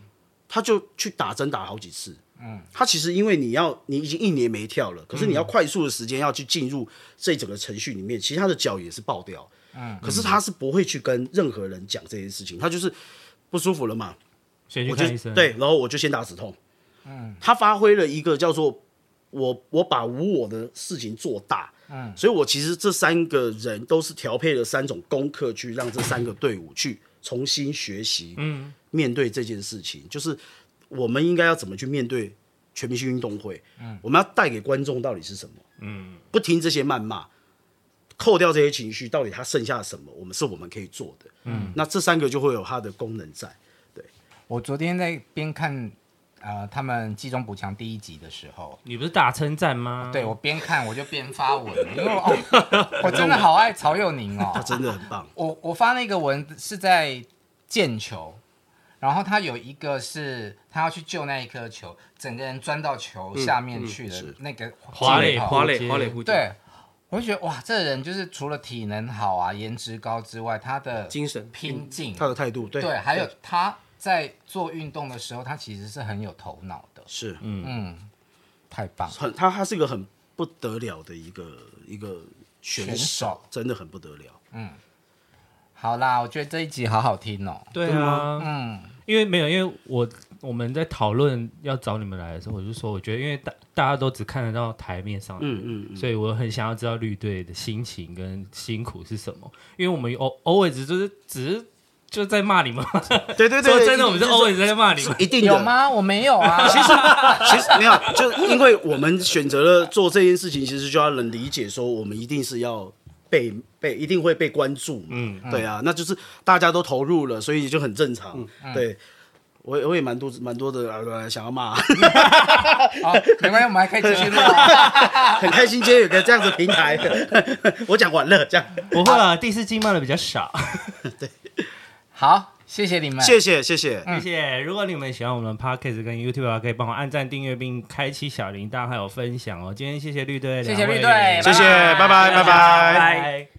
Speaker 1: 他就去打针打了好几次，嗯，他其实因为你要你已经一年没跳了，可是你要快速的时间要去进入这整个程序里面，其实他的脚也是爆掉，嗯，可是他是不会去跟任何人讲这件事情，他就是不舒服了嘛，
Speaker 2: 先去
Speaker 1: 我就
Speaker 2: 看医生，
Speaker 1: 对，然后我就先打止痛，嗯，他发挥了一个叫做我我把无我的事情做大。嗯，所以我其实这三个人都是调配了三种功课，去让这三个队伍去重新学习，嗯，面对这件事情，就是我们应该要怎么去面对全明星运动会，嗯，我们要带给观众到底是什么，嗯，不听这些谩骂，扣掉这些情绪，到底他剩下什么，我们是我们可以做的，嗯，那这三个就会有它的功能在，
Speaker 5: 我昨天在边看呃他们集中补强第一集的时候，
Speaker 2: 你不是大称赞吗？
Speaker 5: 对我边看我就边发文，因为我、 哦、我真的好爱曹佑宁哦，
Speaker 1: 他，真的很棒
Speaker 5: 我我发那个文是在毽球，然后他有一个是他要去救那一颗球，整个人钻到球下
Speaker 1: 嗯
Speaker 5: 面去的那个
Speaker 2: 华磊
Speaker 5: 镜头
Speaker 6: 华磊华磊蝴蝶，
Speaker 5: 对，我就觉得哇，这人就是除了体能好啊、颜值高之外，他的
Speaker 6: 精神
Speaker 5: 拼劲，
Speaker 1: 嗯他的态度，对
Speaker 5: 对，还有他在做运动的时候，他其实是很有头脑的，
Speaker 1: 是
Speaker 5: 太棒了。
Speaker 1: 很他他是一个很不得了的一个一个选
Speaker 5: 选手
Speaker 1: 真的很不得了。
Speaker 5: 好啦，我觉得这一集好好听哦。
Speaker 2: 对
Speaker 1: 对
Speaker 2: 啊
Speaker 1: 吗，
Speaker 5: 嗯，
Speaker 2: 因为没有，因为我我们在讨论要找你们来的时候，我就说，我觉得因为大大家都只看得到台面上的，
Speaker 1: 嗯嗯嗯，
Speaker 2: 所以我很想要知道绿队的心情跟辛苦是什么，因为我们偶 always 就是只是就在骂你们，
Speaker 1: 对对
Speaker 2: 说
Speaker 1: 对，
Speaker 2: 真的，我们是
Speaker 1: 一定
Speaker 2: always 在骂你们，
Speaker 1: 一定
Speaker 5: 有
Speaker 1: 的。
Speaker 5: 吗？我没有啊。 其实
Speaker 1: 其实没有，就因为我们选择了做这件事情，其实就要能理解说，我们一定是要被被一定会被关注嘛。嗯，对啊，那就是大家都投入了，所以就很正常。对，我我也蛮多蛮多的呃想要骂，
Speaker 5: 好，哦没关系，我们还可以继续录啊。
Speaker 1: 很开心今天有个这样子的平台， 我讲完了，这样。
Speaker 2: 不会啊，第四季骂的比较少。
Speaker 5: 好，谢谢你们，
Speaker 1: 谢谢谢谢，
Speaker 2: 谢谢。如果你们喜欢我们的 podcast 跟 YouTube，啊可以帮我按赞、订阅并开启小铃铛，还有分享哦。今天谢谢绿队两
Speaker 5: 谢
Speaker 2: 位，
Speaker 5: 谢绿队，
Speaker 1: 谢谢，拜拜拜拜。
Speaker 2: 拜拜